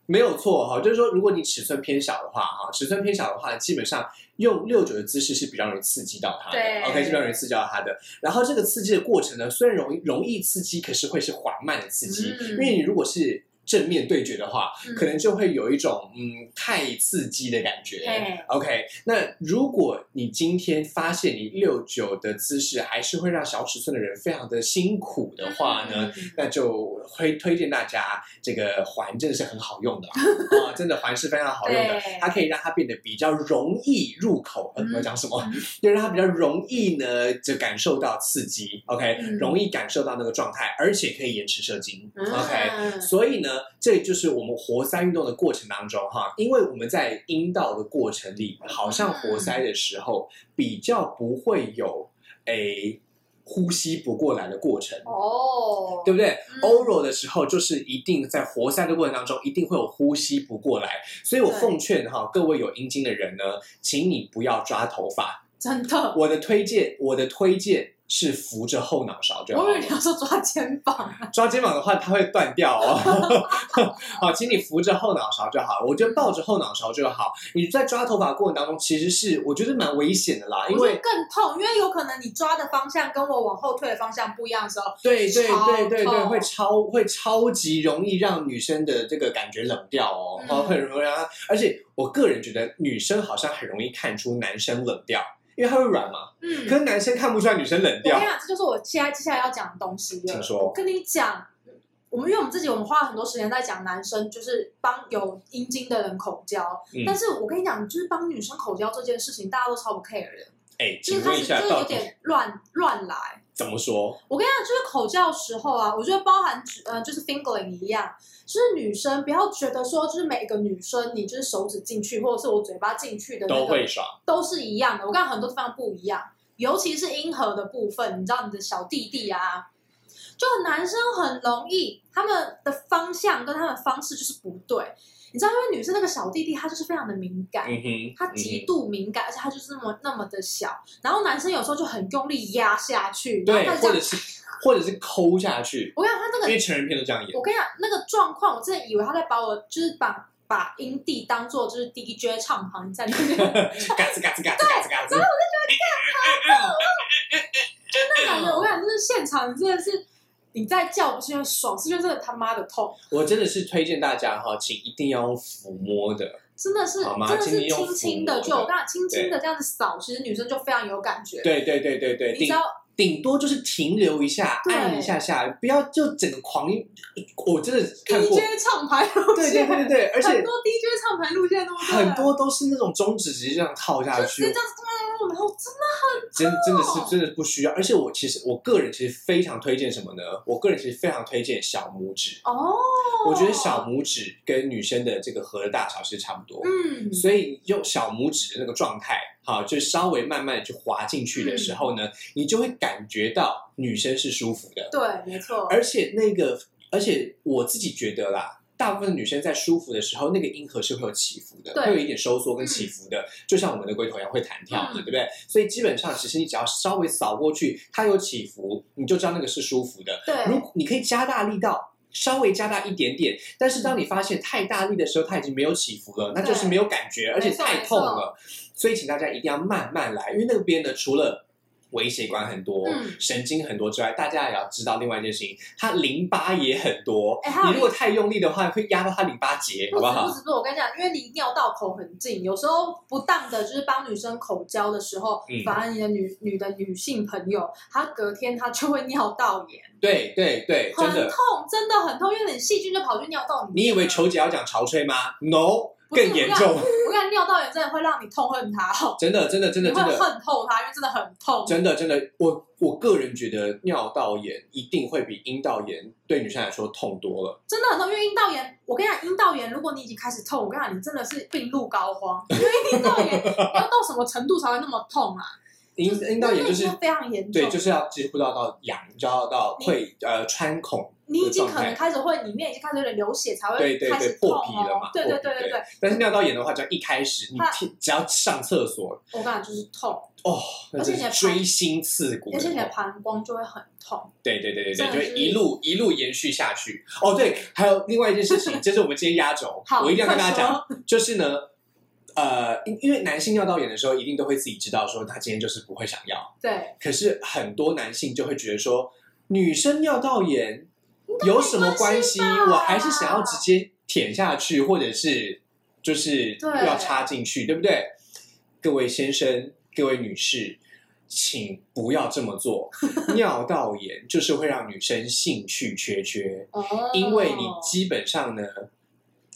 Speaker 1: 没有错哈，就是说，如果你尺寸偏小的话，哈，尺寸偏小的话，基本上用六九的姿势是比较容易刺激到它的
Speaker 2: 对
Speaker 1: ，OK 是比较容易刺激到它的。然后这个刺激的过程呢，虽然容易容易刺激，可是会是缓慢的刺激，
Speaker 2: 嗯
Speaker 1: 因为你如果是正面对决的话，
Speaker 2: 嗯
Speaker 1: 可能就会有一种嗯太刺激的感觉
Speaker 2: 对。
Speaker 1: OK，那如果你今天发现你六九的姿势还是会让小尺寸的人非常的辛苦的话呢，
Speaker 2: 嗯
Speaker 1: 那就会推荐大家这个环真的是很好用 的啦啊，真的环是非常好用的
Speaker 2: 对，
Speaker 1: 它可以让它变得比较容易入口。呃
Speaker 2: 嗯
Speaker 1: 我讲什么？
Speaker 2: 嗯
Speaker 1: 就让它比较容易呢，就感受到刺激，OK，、
Speaker 2: 嗯
Speaker 1: 容易感受到那个状态，而且可以延迟射精、
Speaker 2: 嗯
Speaker 1: o k 所以呢，这就是我们活塞运动的过程当中哈，因为我们在阴道的过程里，好像活塞的时候比较不会有诶呼吸不过来的过程，
Speaker 2: 哦，
Speaker 1: 对不对
Speaker 2: 嗯
Speaker 1: ？oral 的时候就是一定在活塞的过程当中，一定会有呼吸不过来，所以我
Speaker 2: 对
Speaker 1: 奉劝哈各位有阴茎的人呢，请你不要抓头发，
Speaker 2: 真的，
Speaker 1: 我的推荐，我的推荐是扶着后脑勺就好
Speaker 2: 我以为
Speaker 1: 了
Speaker 2: 你。要说抓肩膀，
Speaker 1: 抓肩膀的话，它会断掉哦。 好，请你扶着后脑勺就好，我觉得抱着后脑勺就好。你在抓头发过程当中，其实是我觉得蛮危险的啦，因
Speaker 2: 我觉
Speaker 1: 为
Speaker 2: 得更痛，因为有可能你抓的方向跟我往后退的方向不一样的时候，
Speaker 1: 对对
Speaker 2: 超
Speaker 1: 对对对，
Speaker 2: 痛
Speaker 1: 会超会超级容易让女生的这个感觉冷掉哦，
Speaker 2: 嗯
Speaker 1: 哦，很容易让她。而且我个人觉得女生好像很容易看出男生冷掉，因为他会软嘛，
Speaker 2: 嗯，啊
Speaker 1: 可是男生看不出来女生冷
Speaker 2: 我跟
Speaker 1: 掉
Speaker 2: 你。讲，这就是我现在接下来要讲的东西了
Speaker 1: 请。说
Speaker 2: 我，跟你讲，我们因为我们自己，我们花了很多时间在讲男生，就是帮有阴茎的人口交。
Speaker 1: 嗯
Speaker 2: 但是我跟你讲，就是帮女生口交这件事情，大家都超不 care 的，
Speaker 1: 哎，
Speaker 2: 就
Speaker 1: 请
Speaker 2: 是开
Speaker 1: 问一
Speaker 2: 始
Speaker 1: 下
Speaker 2: 就是，有
Speaker 1: 到底
Speaker 2: 点乱乱来。
Speaker 1: 怎么说？
Speaker 2: 我跟你讲，就是口交的时候啊，我觉得包含呃，就是 fingering 一样，就是女生不要觉得说，就是每个女生你就是手指进去，或者是我嘴巴进去的、那个，
Speaker 1: 都会爽，
Speaker 2: 都是一样的。我看很多地方不一样，尤其是阴核的部分，你知道你的小弟弟啊，就男生很容易，他们的方向跟他们方式就是不对。你知道，因为女生那个小弟弟他就是非常的敏感，
Speaker 1: 嗯哼，
Speaker 2: 他
Speaker 1: 嗯
Speaker 2: 极
Speaker 1: 哼
Speaker 2: 度敏感，而且他就是那么那么的小。然后男生有时候就很用力压下去，然后
Speaker 1: 对，
Speaker 2: 他这
Speaker 1: 或
Speaker 2: 样
Speaker 1: 者是或者是抠下去，
Speaker 2: 我跟你讲，他那
Speaker 1: 因
Speaker 2: 个
Speaker 1: 为成人片都这样演
Speaker 2: 我。跟你讲，那个状况，我真的以为他在把我就是把把音帝当做就是 DJ 唱盘在里面。
Speaker 1: 嘎吱嘎吱嘎吱嘎吱嘎吱，然后我就觉得
Speaker 2: 那感觉，我感觉就是现场真的是你在叫不是因为爽，是就是他妈的痛，
Speaker 1: 我真的是推荐大家哈，请一定要用抚摸的，
Speaker 2: 真的是
Speaker 1: 好吗
Speaker 2: 真的
Speaker 1: 今
Speaker 2: 是
Speaker 1: 天用
Speaker 2: 轻轻
Speaker 1: 抚
Speaker 2: 的
Speaker 1: 摸
Speaker 2: 就
Speaker 1: 的
Speaker 2: 我刚才轻轻的这样子扫，其实女生就非常有感觉。，
Speaker 1: 对对对对对，
Speaker 2: 你知
Speaker 1: 顶
Speaker 2: 道，
Speaker 1: 顶多就是停留一下，
Speaker 2: 对
Speaker 1: 按一下下，不要就整个狂。我真的看过，
Speaker 2: DJ 唱牌
Speaker 1: 对
Speaker 2: 路
Speaker 1: 对
Speaker 2: 线，
Speaker 1: 对对对，而
Speaker 2: 很
Speaker 1: 且
Speaker 2: 多 DJ 唱牌路线都是
Speaker 1: 很多都是那种中指直接这样套下
Speaker 2: 就直哦接
Speaker 1: 去
Speaker 2: 这，样子，然后真的
Speaker 1: 真真的是真的不需要。而且我其实我个人其实非常推荐什么呢？我个人其实非常推荐小拇指，
Speaker 2: 哦，
Speaker 1: 我觉得小拇指跟女生的这个合的大小是差不多。
Speaker 2: 嗯，
Speaker 1: 所以用小拇指的那个状态，好，就稍微慢慢的去滑进去的时候呢，
Speaker 2: 嗯
Speaker 1: 你就会感觉到女生是舒服的，
Speaker 2: 对，没错，
Speaker 1: 而且那个，而且我自己觉得啦。大部分女生在舒服的时候，那个阴核是会有起伏的，
Speaker 2: 对
Speaker 1: 会有一点收缩跟起伏的，就像我们的龟头一样会弹跳嘛，
Speaker 2: 嗯
Speaker 1: 对不对？所以基本上，其实你只要稍微扫过去，它有起伏，你就知道那个是舒服的。如
Speaker 2: 对，
Speaker 1: 你可以加大力道，稍微加大一点点，但是
Speaker 2: 嗯
Speaker 1: 当你发现太大力的时候，它已经没有起伏了，那就是没有感觉，而且太痛了。所以请大家一定要慢慢来，因为那边呢，除了微血管很多、
Speaker 2: 嗯
Speaker 1: 神经很多之外，大家也要知道另外一件事情，它淋巴也很多。
Speaker 2: 哎还有
Speaker 1: 你如果太用力的话，会压到它淋巴结，
Speaker 2: 不
Speaker 1: 好不
Speaker 2: 止不
Speaker 1: 好？
Speaker 2: 止不止，我跟你讲，因为离尿道口很近，有时候不当的就是帮女生口交的时候，
Speaker 1: 嗯
Speaker 2: 反而你的女女的女性朋友，她隔天她就会尿道炎，
Speaker 1: 对对对，
Speaker 2: 很
Speaker 1: 真的。
Speaker 2: 痛，真的很痛，因为你细菌就跑去尿道里面。
Speaker 1: 你以为球姐要讲潮吹吗？No，
Speaker 2: 不是
Speaker 1: 更严
Speaker 2: 我
Speaker 1: 重，
Speaker 2: 我跟你讲，尿道炎真的会让你痛恨它，哦，
Speaker 1: 真的真的真
Speaker 2: 你
Speaker 1: 的
Speaker 2: 会
Speaker 1: 真的。
Speaker 2: 恨透它，因为真的很痛。
Speaker 1: 真的，真的，我我个人觉得尿道炎一定会比阴道炎对女生来说痛多了。
Speaker 2: 真的很痛，因为阴道炎，我跟你讲，阴道炎，如果你已经开始痛，我跟你讲，你真的是病入膏肓，因为阴道 炎要到什么程度才会那么痛啊？
Speaker 1: 阴阴道炎就是
Speaker 2: 那已经非常严重，
Speaker 1: 对，就是要几乎到到痒，就要到
Speaker 2: 你
Speaker 1: 会呃穿孔，
Speaker 2: 你已经
Speaker 1: 的状
Speaker 2: 可
Speaker 1: 态
Speaker 2: 能开始会里面已经开始有点流血，才
Speaker 1: 对
Speaker 2: 会
Speaker 1: 对
Speaker 2: 开
Speaker 1: 对
Speaker 2: 始，痛
Speaker 1: 破皮了
Speaker 2: 哦
Speaker 1: 嘛。。
Speaker 2: 对对
Speaker 1: 破皮
Speaker 2: 对对对，
Speaker 1: 但是尿道炎的话，只要一开始你
Speaker 2: 它
Speaker 1: 听只要上厕所，
Speaker 2: 我跟你讲就是痛，
Speaker 1: 哦，那
Speaker 2: 而且
Speaker 1: 真
Speaker 2: 你的
Speaker 1: 是
Speaker 2: 膀
Speaker 1: 锥心刺骨
Speaker 2: 而
Speaker 1: 的
Speaker 2: 且你的
Speaker 1: 痛。
Speaker 2: 膀胱就会很痛。
Speaker 1: 对对对对对，
Speaker 2: 真
Speaker 1: 就
Speaker 2: 的
Speaker 1: 会
Speaker 2: 是
Speaker 1: 一路一路延续下去。哦，对，还有另外一件事 情，这是我们今天压轴
Speaker 2: 好，
Speaker 1: 我一定要跟大家
Speaker 2: 快
Speaker 1: 讲，就是呢，呃，因因为男性尿道炎的时候，一定都会自己知道说他今天就是不会想要，
Speaker 2: 对，
Speaker 1: 可是很多男性就会觉得说，女生尿道炎有什么关系？
Speaker 2: 吧
Speaker 1: 我还是想要直接舔下去，或者是就是
Speaker 2: 对
Speaker 1: 要插进去，对不对？各位先生，各位女士。请不要这么 做，尿道炎就是会让女生兴趣缺缺。
Speaker 2: 哦，
Speaker 1: 因为你基本上呢，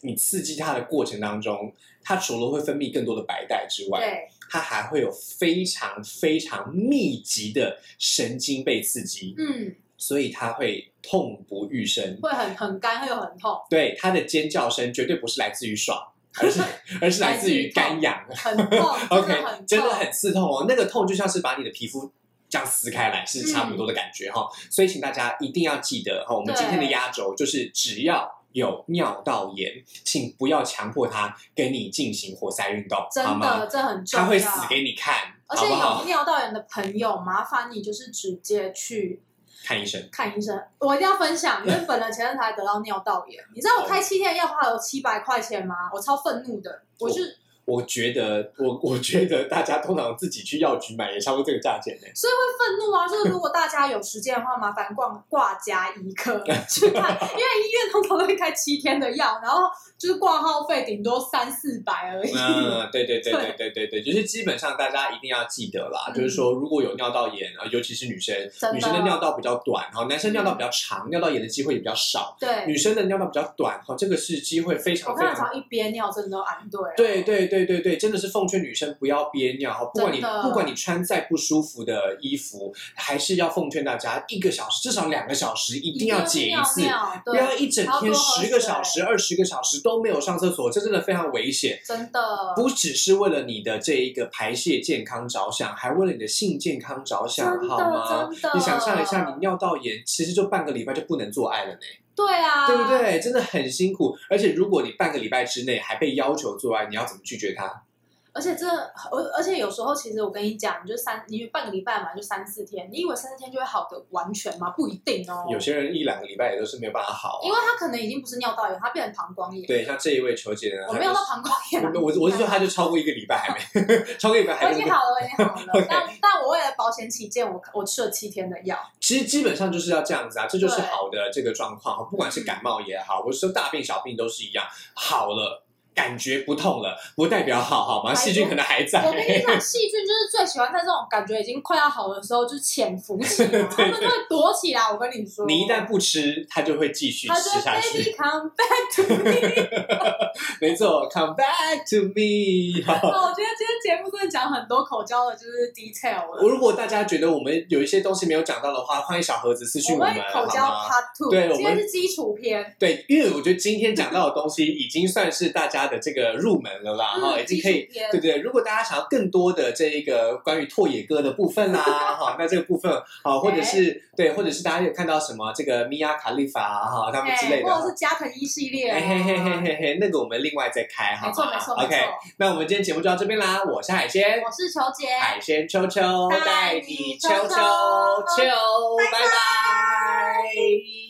Speaker 1: 你刺激它的过程当中，它除了会分泌更多的白带之外，
Speaker 2: 对
Speaker 1: 它还会有非常非常密集的神经被刺激，
Speaker 2: 嗯
Speaker 1: 所以它会痛不欲生。
Speaker 2: 会很很干，会有 很痛，
Speaker 1: 对，它的尖叫声绝对不是来自于爽，而 是而是来自于干痒。，
Speaker 2: 很痛
Speaker 1: OK，
Speaker 2: 真
Speaker 1: 真
Speaker 2: 的
Speaker 1: 的
Speaker 2: 很痛。
Speaker 1: 很刺痛哦，那个痛就像是把你的皮肤。这样撕开来是差不
Speaker 2: 嗯
Speaker 1: 多的感觉哈、所以请大家一定要记得哈，我们今天的压轴就是只要有尿道炎，请不要强迫他跟你进行活塞运动，好
Speaker 2: 真
Speaker 1: 吗？
Speaker 2: 的，这很重
Speaker 1: 他
Speaker 2: 要。
Speaker 1: 会死给你看，
Speaker 2: 而且
Speaker 1: 好不好
Speaker 2: 有尿道炎的朋友，麻烦你就是直接去
Speaker 1: 看医生。
Speaker 2: 看医生。我一定要 分享，因为本人前阵子才得到尿道炎，你知道我开七天药花了七百块钱吗？我超愤怒的，我就
Speaker 1: 我觉得，我 我觉得大家通常自己去药局买也差不多这个价钱呢、
Speaker 2: 所以会愤怒啊！就是如果大家有时间的话，麻烦逛挂家医 科去看，因为医院通常都会开七天的药，然后就是挂号费顶多三四 百而已。
Speaker 1: 嗯，对对对对对对对，就是基本上大家一定要记得啦，
Speaker 2: 嗯
Speaker 1: 就是说如果有尿道炎，呃尤其是女生，
Speaker 2: 真的嗯
Speaker 1: 女生的尿道比较短，然后男生尿道比较长，尿道炎的机会也比较少。
Speaker 2: 对，
Speaker 1: 女生的尿道比较短，哈，这个是机会非常
Speaker 2: 我
Speaker 1: 非
Speaker 2: 看到
Speaker 1: 常。
Speaker 2: 常一憋尿真的都安欸对了。
Speaker 1: 对对对对对，真的是奉劝女生不要憋尿，哈不管你
Speaker 2: 真的
Speaker 1: 不管你穿再不舒服的衣服，还是要奉劝大家一个小时至少两个小时一
Speaker 2: 一
Speaker 1: 定要解一次
Speaker 2: 定，要尿
Speaker 1: 不
Speaker 2: 对，
Speaker 1: 要一整
Speaker 2: 还要
Speaker 1: 天
Speaker 2: 多喝
Speaker 1: 十个
Speaker 2: 水
Speaker 1: 小时、二十个小时都没有上厕所，这真的非常危险。
Speaker 2: 真的
Speaker 1: 不只是为了你的这一个排泄健康着想，还为了你的性健康着想，
Speaker 2: 真
Speaker 1: 好吗
Speaker 2: 的？真的，
Speaker 1: 你想象一下，你尿道炎其实就半个礼拜就不能做爱了呢，
Speaker 2: 对啊，
Speaker 1: 对不？对？真的很辛苦，而且如果你半个礼拜之内还被要求做爱，你要怎么拒绝他？
Speaker 2: 而且这，而而且有时候其实我跟你讲，你就三，你半个礼拜嘛，就三四天，你以为三四天就会好的完全吗？不一定哦。嗯
Speaker 1: 有些人一两个礼拜也都是没有办法好
Speaker 2: 因
Speaker 1: 啊、
Speaker 2: 为他可能已经不是尿道炎，他变成膀胱炎。
Speaker 1: 对，像这一位求姐呢，
Speaker 2: 我没有到膀胱炎啊，
Speaker 1: 我我我是说，他就超过一个礼拜还没， 超过一个礼拜
Speaker 2: 我
Speaker 1: 还
Speaker 2: 已
Speaker 1: 没
Speaker 2: 经。好了，我已经好
Speaker 1: OK
Speaker 2: 了。但但我为了保险起见，我我吃了七天的药。
Speaker 1: 其实基本上就是要这样子啊，这就是
Speaker 2: 对
Speaker 1: 好的这个状况，不管是感冒也好，或者说大病小病都是一样，好了。感觉不痛了，不代表好好吗？
Speaker 2: 哎
Speaker 1: 细菌可能还在。
Speaker 2: 我跟你讲，细菌就是最喜欢在这种感觉已经快要好的时候，就是潜伏起来，他们就会躲起来。我跟你说，
Speaker 1: 你一旦不吃，它就会继续
Speaker 2: 他就
Speaker 1: 吃
Speaker 2: 会
Speaker 1: 下
Speaker 2: baby
Speaker 1: 去。
Speaker 2: come back to me。
Speaker 1: 没错，Come back to me 好。
Speaker 2: 哦我觉得今天节目真的讲很多口交的，就是 detail 了。
Speaker 1: 如果大家觉得我们有一些东西没有讲到的话，欢迎小盒子私
Speaker 2: 我
Speaker 1: 讯
Speaker 2: 们
Speaker 1: 们，好
Speaker 2: 口交
Speaker 1: 吗？
Speaker 2: part two，
Speaker 1: 对我们
Speaker 2: 今天是基础篇，
Speaker 1: 对，因为我觉得今天讲到的东西已经算是大家的这个入门了啦，哈、
Speaker 2: 嗯
Speaker 1: 已经可以
Speaker 2: 基础篇
Speaker 1: 对对，如果大家想要更多的这一个关于拓野哥的部分啦，哈，那这个部分啊，或者
Speaker 2: 哎
Speaker 1: 是对，或者是大家有看到什么这个米娅卡利法啊哈，他们之类
Speaker 2: 哎，
Speaker 1: 的。
Speaker 2: 或者是加藤一系列啊，哦
Speaker 1: 哎嘿嘿嘿嘿嘿，那个我们另外再开，好
Speaker 2: 没
Speaker 1: 吗
Speaker 2: 错没错没
Speaker 1: OK，
Speaker 2: 错。
Speaker 1: 那我们今天节目就到这边啦，我是海鲜，
Speaker 2: 我是球姐，
Speaker 1: 海鲜秋秋
Speaker 2: 哎带
Speaker 1: 带
Speaker 2: 你
Speaker 1: 你秋
Speaker 2: 秋
Speaker 1: 秋
Speaker 2: 秋
Speaker 1: 秋，拜拜。